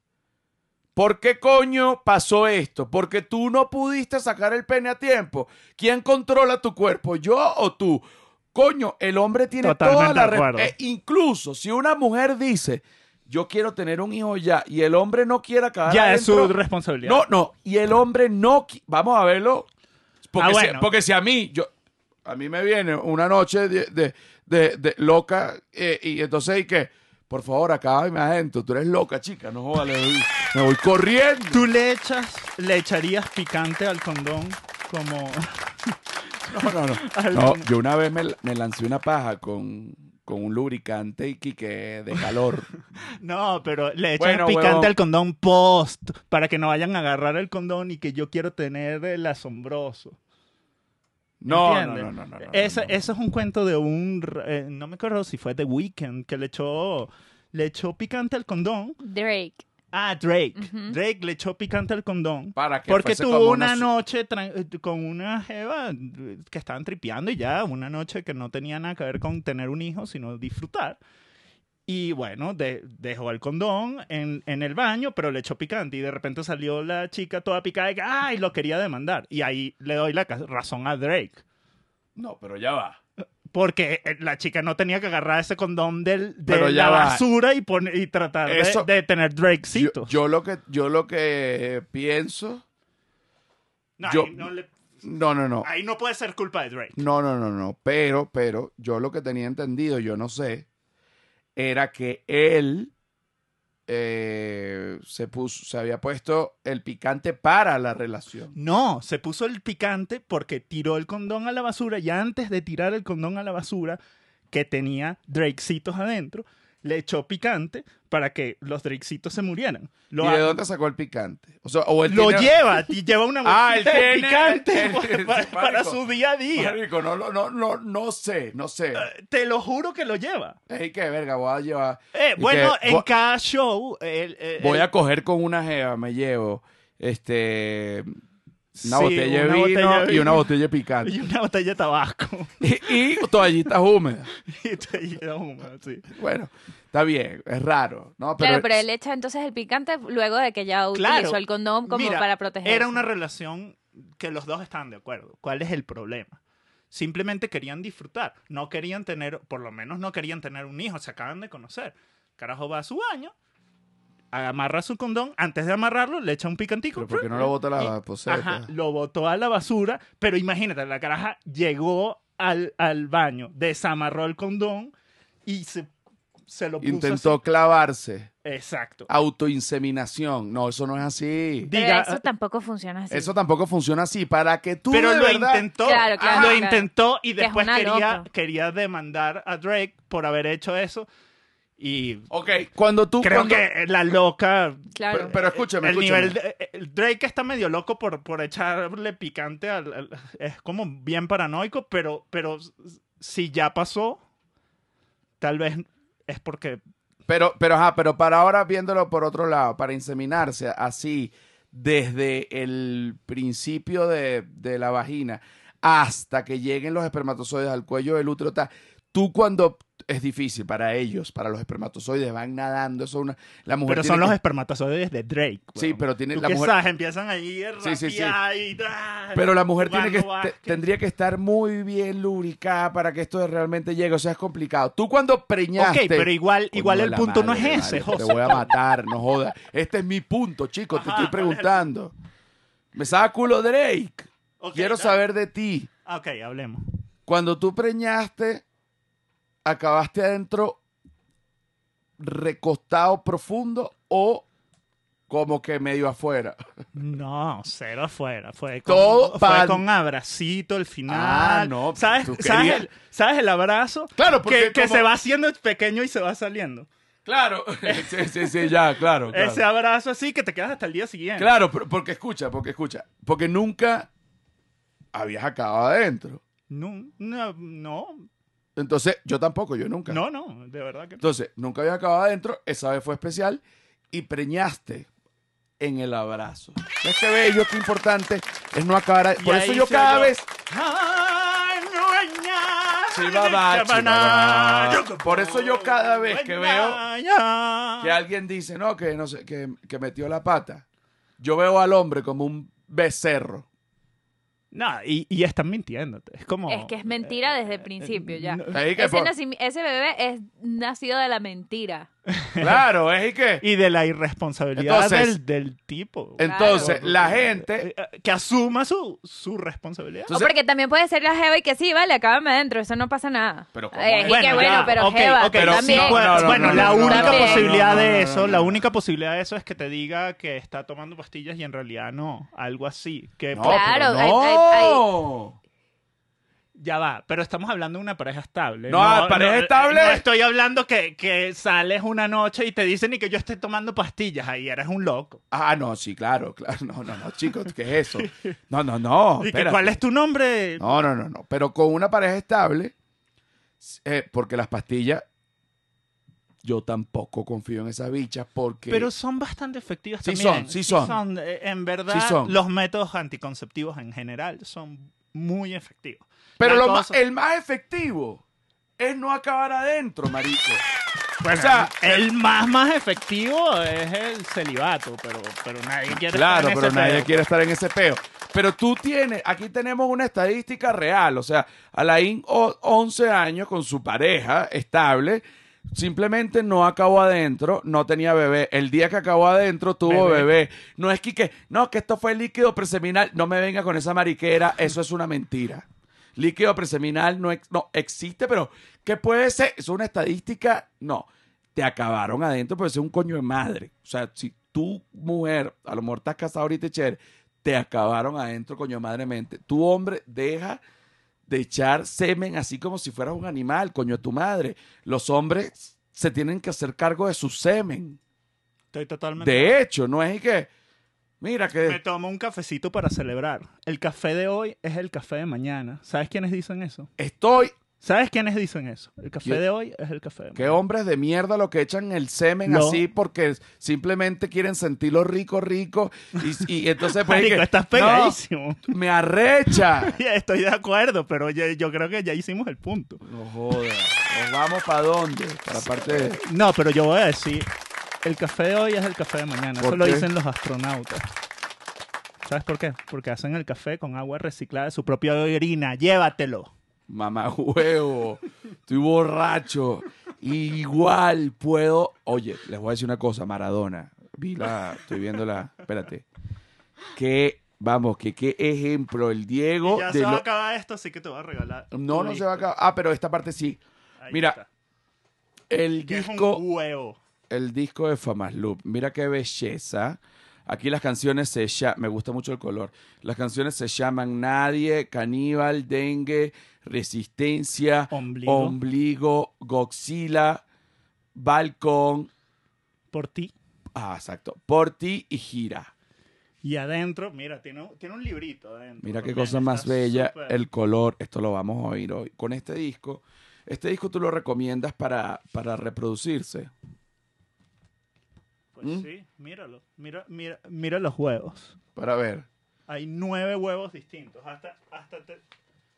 [SPEAKER 1] ¿Por qué coño pasó esto? Porque tú no pudiste sacar el pene a tiempo. ¿Quién controla tu cuerpo? ¿Yo o tú? Coño, el hombre tiene
[SPEAKER 2] Totalmente
[SPEAKER 1] toda la
[SPEAKER 2] de
[SPEAKER 1] re-
[SPEAKER 2] acuerdo.
[SPEAKER 1] eh, incluso si una mujer dice, "Yo quiero tener un hijo ya" y el hombre no quiere acabar
[SPEAKER 2] ya es su
[SPEAKER 1] adentro,
[SPEAKER 2] responsabilidad.
[SPEAKER 1] no, no. Y el hombre no. qui- Vamos a verlo. Porque, si,
[SPEAKER 2] Ah, bueno.
[SPEAKER 1] porque si a mí, yo, a mí me viene una noche de, de- de- de loca eh, y entonces y que, por favor, acábame adentro. Tú eres loca, chica. No jodas, le doy- me voy corriendo.
[SPEAKER 2] ¿Tú le echas, le echarías picante al condón como...
[SPEAKER 1] No, no, no.
[SPEAKER 2] Al-
[SPEAKER 1] No, yo una vez me, me lancé una paja con, con un lubricante y que de calor.
[SPEAKER 2] No, pero le echan
[SPEAKER 1] Bueno,
[SPEAKER 2] picante
[SPEAKER 1] huevón.
[SPEAKER 2] al condón post para que no vayan a agarrar el condón y que yo quiero tener el asombroso.
[SPEAKER 1] No, no,
[SPEAKER 2] ¿Entiendes?
[SPEAKER 1] no, no, no, no,
[SPEAKER 2] Ese-
[SPEAKER 1] Ah, no, no.
[SPEAKER 2] Eso es un cuento de un... eh, no me acuerdo si fue The Weeknd que le echó, le echó picante al condón.
[SPEAKER 3] Drake.
[SPEAKER 2] Ah, Drake.
[SPEAKER 3] Ujú.
[SPEAKER 2] Drake le echó picante al condón.
[SPEAKER 1] Para que
[SPEAKER 2] Porque
[SPEAKER 1] fuese como
[SPEAKER 2] tuvo una,
[SPEAKER 1] su-
[SPEAKER 2] noche tran- eh, con una jeva eh, que estaban tripeando y ya, una noche que no tenía nada que ver con tener un hijo, sino disfrutar. Y bueno, de- dejó el condón en, en el baño, pero le echó picante y de repente salió la chica toda picada y que, ay, lo quería demandar. Y ahí le doy la ca- razón a Drake.
[SPEAKER 1] No, pero ya va.
[SPEAKER 2] Porque eh, la chica no tenía que agarrar ese condón del, de
[SPEAKER 1] Pero ya
[SPEAKER 2] la
[SPEAKER 1] va.
[SPEAKER 2] basura y, poner- y tratar de-
[SPEAKER 1] Eso-
[SPEAKER 2] de, tener
[SPEAKER 1] Yo,
[SPEAKER 2] Drakecito.
[SPEAKER 1] yo lo que, yo lo que eh, pienso.
[SPEAKER 2] no,
[SPEAKER 1] yo-
[SPEAKER 2] ahí, no le-
[SPEAKER 1] No, no, no.
[SPEAKER 2] ahí no puede ser culpa de Drake.
[SPEAKER 1] No, no, no, no. Pero, pero, yo lo que tenía entendido, yo no sé, era que él eh, se, puso, se había puesto el picante para la relación.
[SPEAKER 2] No, se puso el picante porque tiró el condón a la basura y antes de tirar el condón a la basura, que tenía drakecitos adentro, le echó picante para que los drakecitos se murieran. Lo,
[SPEAKER 1] ¿Y de dónde sacó el picante? O sea, o él
[SPEAKER 2] lo
[SPEAKER 1] tiene-
[SPEAKER 2] lleva, y lleva una
[SPEAKER 1] Ah, él
[SPEAKER 2] bolsita de
[SPEAKER 1] tiene-
[SPEAKER 2] picante
[SPEAKER 1] él tiene-
[SPEAKER 2] para,
[SPEAKER 1] sí,
[SPEAKER 2] para
[SPEAKER 1] marico.
[SPEAKER 2] su día a día.
[SPEAKER 1] Marico, no, lo- no, no, no sé, no sé.
[SPEAKER 2] Te lo juro que lo lleva.
[SPEAKER 1] Ey, qué verga, voy a llevar.
[SPEAKER 2] Eh,
[SPEAKER 1] Y
[SPEAKER 2] bueno,
[SPEAKER 1] que
[SPEAKER 2] en
[SPEAKER 1] vo-
[SPEAKER 2] cada show, eh, el- el-
[SPEAKER 1] Voy
[SPEAKER 2] el-
[SPEAKER 1] a coger con una jeva, me llevo este una
[SPEAKER 2] Sí,
[SPEAKER 1] botella de
[SPEAKER 2] una
[SPEAKER 1] vino
[SPEAKER 2] botella de
[SPEAKER 1] y una
[SPEAKER 2] vino.
[SPEAKER 1] botella de picante.
[SPEAKER 2] y una botella de tabasco.
[SPEAKER 1] Y, y toallitas húmedas.
[SPEAKER 2] y te lleva una, sí.
[SPEAKER 1] Bueno, está bien, es raro, ¿no? Pero,
[SPEAKER 3] claro, pero él echa entonces el picante luego de que ya
[SPEAKER 2] Claro.
[SPEAKER 3] utilizó el condón como
[SPEAKER 2] Mira,
[SPEAKER 3] para protegerse.
[SPEAKER 2] Era una relación que los dos estaban de acuerdo. ¿Cuál es el problema? Simplemente querían disfrutar. No querían tener, por lo menos no querían tener un hijo. Se acaban de conocer. Carajo va a su baño, amarra su condón. Antes de amarrarlo, le echa un picantico.
[SPEAKER 1] pero ¿por qué no lo bota a la poseta?
[SPEAKER 2] Eh, Ajá, lo botó a la basura. Pero imagínate, la caraja llegó al, al baño, desamarró el condón y se, se lo puso.
[SPEAKER 1] Intentó clavarse.
[SPEAKER 2] así. Exacto.
[SPEAKER 1] Autoinseminación. No, eso no es así.
[SPEAKER 3] Pero
[SPEAKER 2] Diga-
[SPEAKER 3] eso tampoco funciona así.
[SPEAKER 1] Eso tampoco funciona así. Para que tú.
[SPEAKER 2] pero
[SPEAKER 1] de
[SPEAKER 2] lo
[SPEAKER 1] verdad-
[SPEAKER 2] intentó.
[SPEAKER 3] Claro, claro,
[SPEAKER 2] lo
[SPEAKER 3] claro.
[SPEAKER 2] intentó y
[SPEAKER 3] Que es
[SPEAKER 2] después
[SPEAKER 3] una
[SPEAKER 2] quería,
[SPEAKER 3] loca.
[SPEAKER 2] quería demandar a Drake por haber hecho eso. Y
[SPEAKER 1] Ok, cuando tú.
[SPEAKER 2] creo
[SPEAKER 1] cuando-
[SPEAKER 2] que eh, la loca.
[SPEAKER 3] Claro.
[SPEAKER 1] Pero, pero escúchame,
[SPEAKER 2] el
[SPEAKER 1] escúchame.
[SPEAKER 2] nivel. de- el Drake está medio loco por, por echarle picante al, al- Es como bien paranoico, pero, pero si ya pasó, tal vez es porque.
[SPEAKER 1] Pero, pero, ajá, pero para ahora viéndolo por otro lado, para inseminarse así desde el principio de, de la vagina hasta que lleguen los espermatozoides al cuello del útero, ta- tú cuando es difícil para ellos, para los espermatozoides van nadando, eso es una, la mujer
[SPEAKER 2] Pero
[SPEAKER 1] tiene
[SPEAKER 2] son los
[SPEAKER 1] que-
[SPEAKER 2] espermatozoides de Drake.
[SPEAKER 1] sí,
[SPEAKER 2] weón.
[SPEAKER 1] pero tiene
[SPEAKER 2] ¿Tú
[SPEAKER 1] la
[SPEAKER 2] qué
[SPEAKER 1] mujer,
[SPEAKER 2] sabes? Empiezan ahí a
[SPEAKER 1] Sí, sí, sí.
[SPEAKER 2] rapear y tra-
[SPEAKER 1] pero la mujer tiene que
[SPEAKER 2] jugando
[SPEAKER 1] te-
[SPEAKER 2] básquet.
[SPEAKER 1] tendría que estar muy bien lubricada para que esto realmente llegue, o sea, es complicado. Tú cuando preñaste
[SPEAKER 2] Ok, pero igual,
[SPEAKER 1] Coño
[SPEAKER 2] igual
[SPEAKER 1] de
[SPEAKER 2] el
[SPEAKER 1] la
[SPEAKER 2] punto no es
[SPEAKER 1] madre,
[SPEAKER 2] ese,
[SPEAKER 1] vale,
[SPEAKER 2] José.
[SPEAKER 1] Te voy a matar, no jodas. Este es mi punto, chico, te
[SPEAKER 2] Ajá,
[SPEAKER 1] estoy
[SPEAKER 2] ¿cuál es el
[SPEAKER 1] preguntando. Me saca culo Drake.
[SPEAKER 2] Ok,
[SPEAKER 1] Quiero
[SPEAKER 2] dale.
[SPEAKER 1] saber de ti.
[SPEAKER 2] Ok, hablemos.
[SPEAKER 1] Cuando tú preñaste, acabaste adentro recostado profundo o como que medio afuera.
[SPEAKER 2] No, cero afuera. Fue con,
[SPEAKER 1] Todo
[SPEAKER 2] fue
[SPEAKER 1] pan-
[SPEAKER 2] con abracito al final.
[SPEAKER 1] Ah, no,
[SPEAKER 2] ¿Sabes,
[SPEAKER 1] tú
[SPEAKER 2] sabes,
[SPEAKER 1] querías-
[SPEAKER 2] el, sabes el abrazo?
[SPEAKER 1] Claro,
[SPEAKER 2] Que,
[SPEAKER 1] porque
[SPEAKER 2] que
[SPEAKER 1] como-
[SPEAKER 2] se va haciendo pequeño y se va saliendo.
[SPEAKER 1] Claro. sí, sí, sí, ya, claro. claro.
[SPEAKER 2] Ese abrazo así que te quedas hasta el día siguiente.
[SPEAKER 1] Claro, pero- porque escucha, porque escucha. Porque nunca habías acabado adentro.
[SPEAKER 2] No, no, no,
[SPEAKER 1] Entonces, yo tampoco, yo nunca.
[SPEAKER 2] no, no, de verdad que no.
[SPEAKER 1] Entonces, nunca había acabado adentro, esa vez fue especial y preñaste en el abrazo. ¿Ves qué bello, qué importante es no acabar? a-
[SPEAKER 2] Y
[SPEAKER 1] Por eso
[SPEAKER 2] ahí
[SPEAKER 1] yo
[SPEAKER 2] se
[SPEAKER 1] cada
[SPEAKER 2] oyó.
[SPEAKER 1] vez...
[SPEAKER 2] Ay, no hay nada
[SPEAKER 1] Sí, babá,
[SPEAKER 2] que
[SPEAKER 1] sí,
[SPEAKER 2] ganar.
[SPEAKER 1] babá. Por eso yo cada vez que veo Que
[SPEAKER 2] que
[SPEAKER 1] alguien dice, no, que, no sé, que, que metió la pata. Yo veo al hombre como un becerro.
[SPEAKER 2] No, y, y están mintiéndote. Es como. Eh,
[SPEAKER 3] Es que es mentira desde el principio ya.
[SPEAKER 2] no.
[SPEAKER 1] Ahí que
[SPEAKER 3] Ese,
[SPEAKER 1] por-
[SPEAKER 3] nacim- ese bebé es nacido de la mentira.
[SPEAKER 1] Claro, es y que...
[SPEAKER 2] Y de la irresponsabilidad
[SPEAKER 1] Entonces-
[SPEAKER 2] del, del tipo.
[SPEAKER 1] Entonces,
[SPEAKER 2] Claro.
[SPEAKER 1] la gente...
[SPEAKER 2] Eh, Que asuma su, su responsabilidad.
[SPEAKER 1] Entonces-
[SPEAKER 3] o porque también puede ser la jeva y que sí, vale, acábame adentro, eso no pasa nada.
[SPEAKER 1] Pero ¿cómo?
[SPEAKER 3] Eh, y
[SPEAKER 1] Bueno,
[SPEAKER 3] que bueno,
[SPEAKER 2] ya,
[SPEAKER 3] pero
[SPEAKER 2] ok,
[SPEAKER 3] jeva,
[SPEAKER 2] ok,
[SPEAKER 1] pero
[SPEAKER 3] también.
[SPEAKER 1] sí, no, no,
[SPEAKER 2] bueno,
[SPEAKER 1] no,
[SPEAKER 2] la
[SPEAKER 1] no, no,
[SPEAKER 2] única
[SPEAKER 1] no, no,
[SPEAKER 2] posibilidad
[SPEAKER 1] no, no,
[SPEAKER 2] de
[SPEAKER 1] no,
[SPEAKER 2] eso,
[SPEAKER 1] no, no,
[SPEAKER 2] la
[SPEAKER 1] no.
[SPEAKER 2] única posibilidad de eso es que te diga que está tomando pastillas y en realidad no, algo así. Que
[SPEAKER 1] No,
[SPEAKER 3] Claro.
[SPEAKER 1] pero
[SPEAKER 3] hay-
[SPEAKER 1] no.
[SPEAKER 2] ya va, pero estamos hablando de una pareja estable.
[SPEAKER 1] No, pareja estable.
[SPEAKER 2] No estoy hablando que, que sales una noche y te dicen y que yo esté tomando pastillas, ahí eres un loco.
[SPEAKER 1] Ah, no, sí, claro, claro. No, no, no, chicos, ¿qué es eso? No, no, no.
[SPEAKER 2] Y que,
[SPEAKER 1] espérate.
[SPEAKER 2] ¿Cuál es tu nombre?
[SPEAKER 1] No, no, no, no. Pero con una pareja estable, eh, porque las pastillas, yo tampoco confío en esas bichas porque...
[SPEAKER 2] Pero son bastante efectivas
[SPEAKER 1] Sí
[SPEAKER 2] también.
[SPEAKER 1] son, sí son.
[SPEAKER 2] eh, En verdad,
[SPEAKER 1] Sí son.
[SPEAKER 2] los métodos anticonceptivos en general son muy efectivos.
[SPEAKER 1] Pero lo
[SPEAKER 2] la
[SPEAKER 1] ma- eh,
[SPEAKER 2] cosa-
[SPEAKER 1] el más efectivo es no acabar adentro, marico.
[SPEAKER 2] Bueno,
[SPEAKER 1] O sea,
[SPEAKER 2] el el más más efectivo es el celibato, pero, pero nadie quiere
[SPEAKER 1] Claro,
[SPEAKER 2] estar en
[SPEAKER 1] pero
[SPEAKER 2] ese
[SPEAKER 1] nadie
[SPEAKER 2] pedo.
[SPEAKER 1] quiere estar en ese peo. Pero tú tienes, aquí tenemos una estadística real, o sea, Alain, o- 11 años con su pareja estable, simplemente no acabó adentro, no tenía bebé. El día que acabó adentro tuvo
[SPEAKER 2] Bebé.
[SPEAKER 1] bebé. No es que, que- no, que esto fue líquido preseminal, no me venga con esa mariquera, eso es una mentira. Líquido preseminal no, ex- no existe, pero ¿qué puede ser? Es una estadística, no. te acabaron adentro, pero eso es un coño de madre. O sea, si tu mujer, a lo mejor estás casado ahorita y chévere, te acabaron adentro, coño de madre mente. Tu hombre deja de echar semen así como si fueras un animal, coño de tu madre. Los hombres se tienen que hacer cargo de su semen.
[SPEAKER 2] Estoy totalmente.
[SPEAKER 1] De hecho, no es que, mira que...
[SPEAKER 2] Me tomo un cafecito para celebrar. El café de hoy es el café de mañana. ¿Sabes quiénes dicen eso?
[SPEAKER 1] Estoy.
[SPEAKER 2] ¿Sabes quiénes dicen eso? El café
[SPEAKER 1] ¿Quién?
[SPEAKER 2] de hoy es el café de
[SPEAKER 1] Qué
[SPEAKER 2] mañana.
[SPEAKER 1] hombres de mierda lo que echan el semen
[SPEAKER 2] No.
[SPEAKER 1] así porque simplemente quieren sentirlo rico, rico. Y, y entonces pues,
[SPEAKER 2] Marico,
[SPEAKER 1] que,
[SPEAKER 2] estás
[SPEAKER 1] "No,
[SPEAKER 2] pegadísimo.
[SPEAKER 1] me arrecha.
[SPEAKER 2] Ya, Estoy de acuerdo, pero yo, yo creo que ya hicimos el punto.
[SPEAKER 1] No jodas. Nos vamos para dónde? Para parte de...
[SPEAKER 2] No, pero yo voy a decir, el café de hoy es el café de mañana.
[SPEAKER 1] ¿Por
[SPEAKER 2] Eso lo
[SPEAKER 1] qué?
[SPEAKER 2] dicen los astronautas. ¿Sabes por qué? Porque hacen el café con agua reciclada de su propia orina. Llévatelo.
[SPEAKER 1] Mamá huevo. Estoy borracho. Igual puedo. Oye, les voy a decir una cosa, Maradona. Vi la. Estoy viendo la. Espérate. Que, vamos, que qué ejemplo. El Diego.
[SPEAKER 2] ya
[SPEAKER 1] de
[SPEAKER 2] se va
[SPEAKER 1] lo-
[SPEAKER 2] a acabar esto, así que te voy a regalar.
[SPEAKER 1] No, no se va a acabar. Ah, pero esta parte sí. Mira, El disco.
[SPEAKER 2] es un huevo.
[SPEAKER 1] el disco de Famas Loop. Mira qué belleza. Aquí las canciones se llaman, me gusta mucho el color. Las canciones se llaman Nadie, Caníbal, Dengue, Resistencia,
[SPEAKER 2] Ombligo.
[SPEAKER 1] Ombligo, Godzilla, Balcón,
[SPEAKER 2] Por ti.
[SPEAKER 1] ah, exacto, Por ti y Gira.
[SPEAKER 2] Y adentro, mira, tiene un, tiene un librito adentro.
[SPEAKER 1] Mira qué
[SPEAKER 2] también,
[SPEAKER 1] cosa más
[SPEAKER 2] está
[SPEAKER 1] bella,
[SPEAKER 2] súper-
[SPEAKER 1] el color. Esto lo vamos a oír hoy. Con este disco, este disco tú lo recomiendas para, para reproducirse.
[SPEAKER 2] Pues
[SPEAKER 1] ¿Mm?
[SPEAKER 2] sí, míralo. Mira, mira, mira los huevos.
[SPEAKER 1] Para ver.
[SPEAKER 2] Hay nueve huevos distintos. Hasta, hasta te-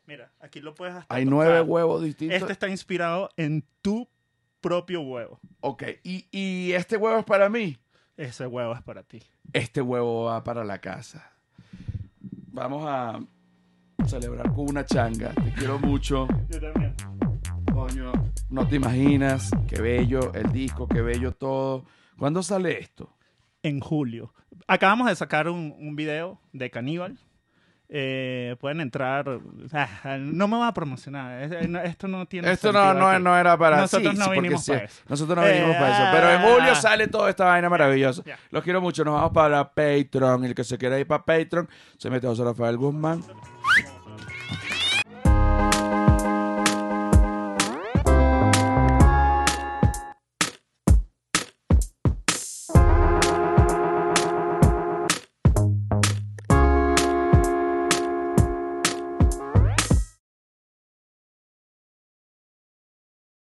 [SPEAKER 2] Mira, aquí lo puedes hasta
[SPEAKER 1] Hay
[SPEAKER 2] tocar.
[SPEAKER 1] nueve huevos distintos.
[SPEAKER 2] Este está inspirado en tu propio huevo.
[SPEAKER 1] Ok, y, y este huevo es para mí.
[SPEAKER 2] Ese huevo es para ti.
[SPEAKER 1] este huevo va para la casa. Vamos a celebrar con una changa. Te quiero mucho.
[SPEAKER 2] Yo también.
[SPEAKER 1] Coño, no te imaginas. Qué bello el disco, qué bello todo. ¿Cuándo sale esto?
[SPEAKER 2] En julio. Acabamos de sacar un, un video de Caníbal. Eh, pueden entrar. Ah, no me va a promocionar. Es- eh, no- Esto no tiene.
[SPEAKER 1] Esto
[SPEAKER 2] sentido
[SPEAKER 1] no, no,
[SPEAKER 2] aquí.
[SPEAKER 1] no era para
[SPEAKER 2] Nosotros no
[SPEAKER 1] porque
[SPEAKER 2] vinimos para eso.
[SPEAKER 1] Nosotros no
[SPEAKER 2] Eh, ah.
[SPEAKER 1] vinimos para eso. Pero en julio sale toda esta vaina maravillosa.
[SPEAKER 2] Ya.
[SPEAKER 1] Los quiero mucho. Nos vamos para Patreon. El que se quiera ir para Patreon se mete a José Rafael Guzmán.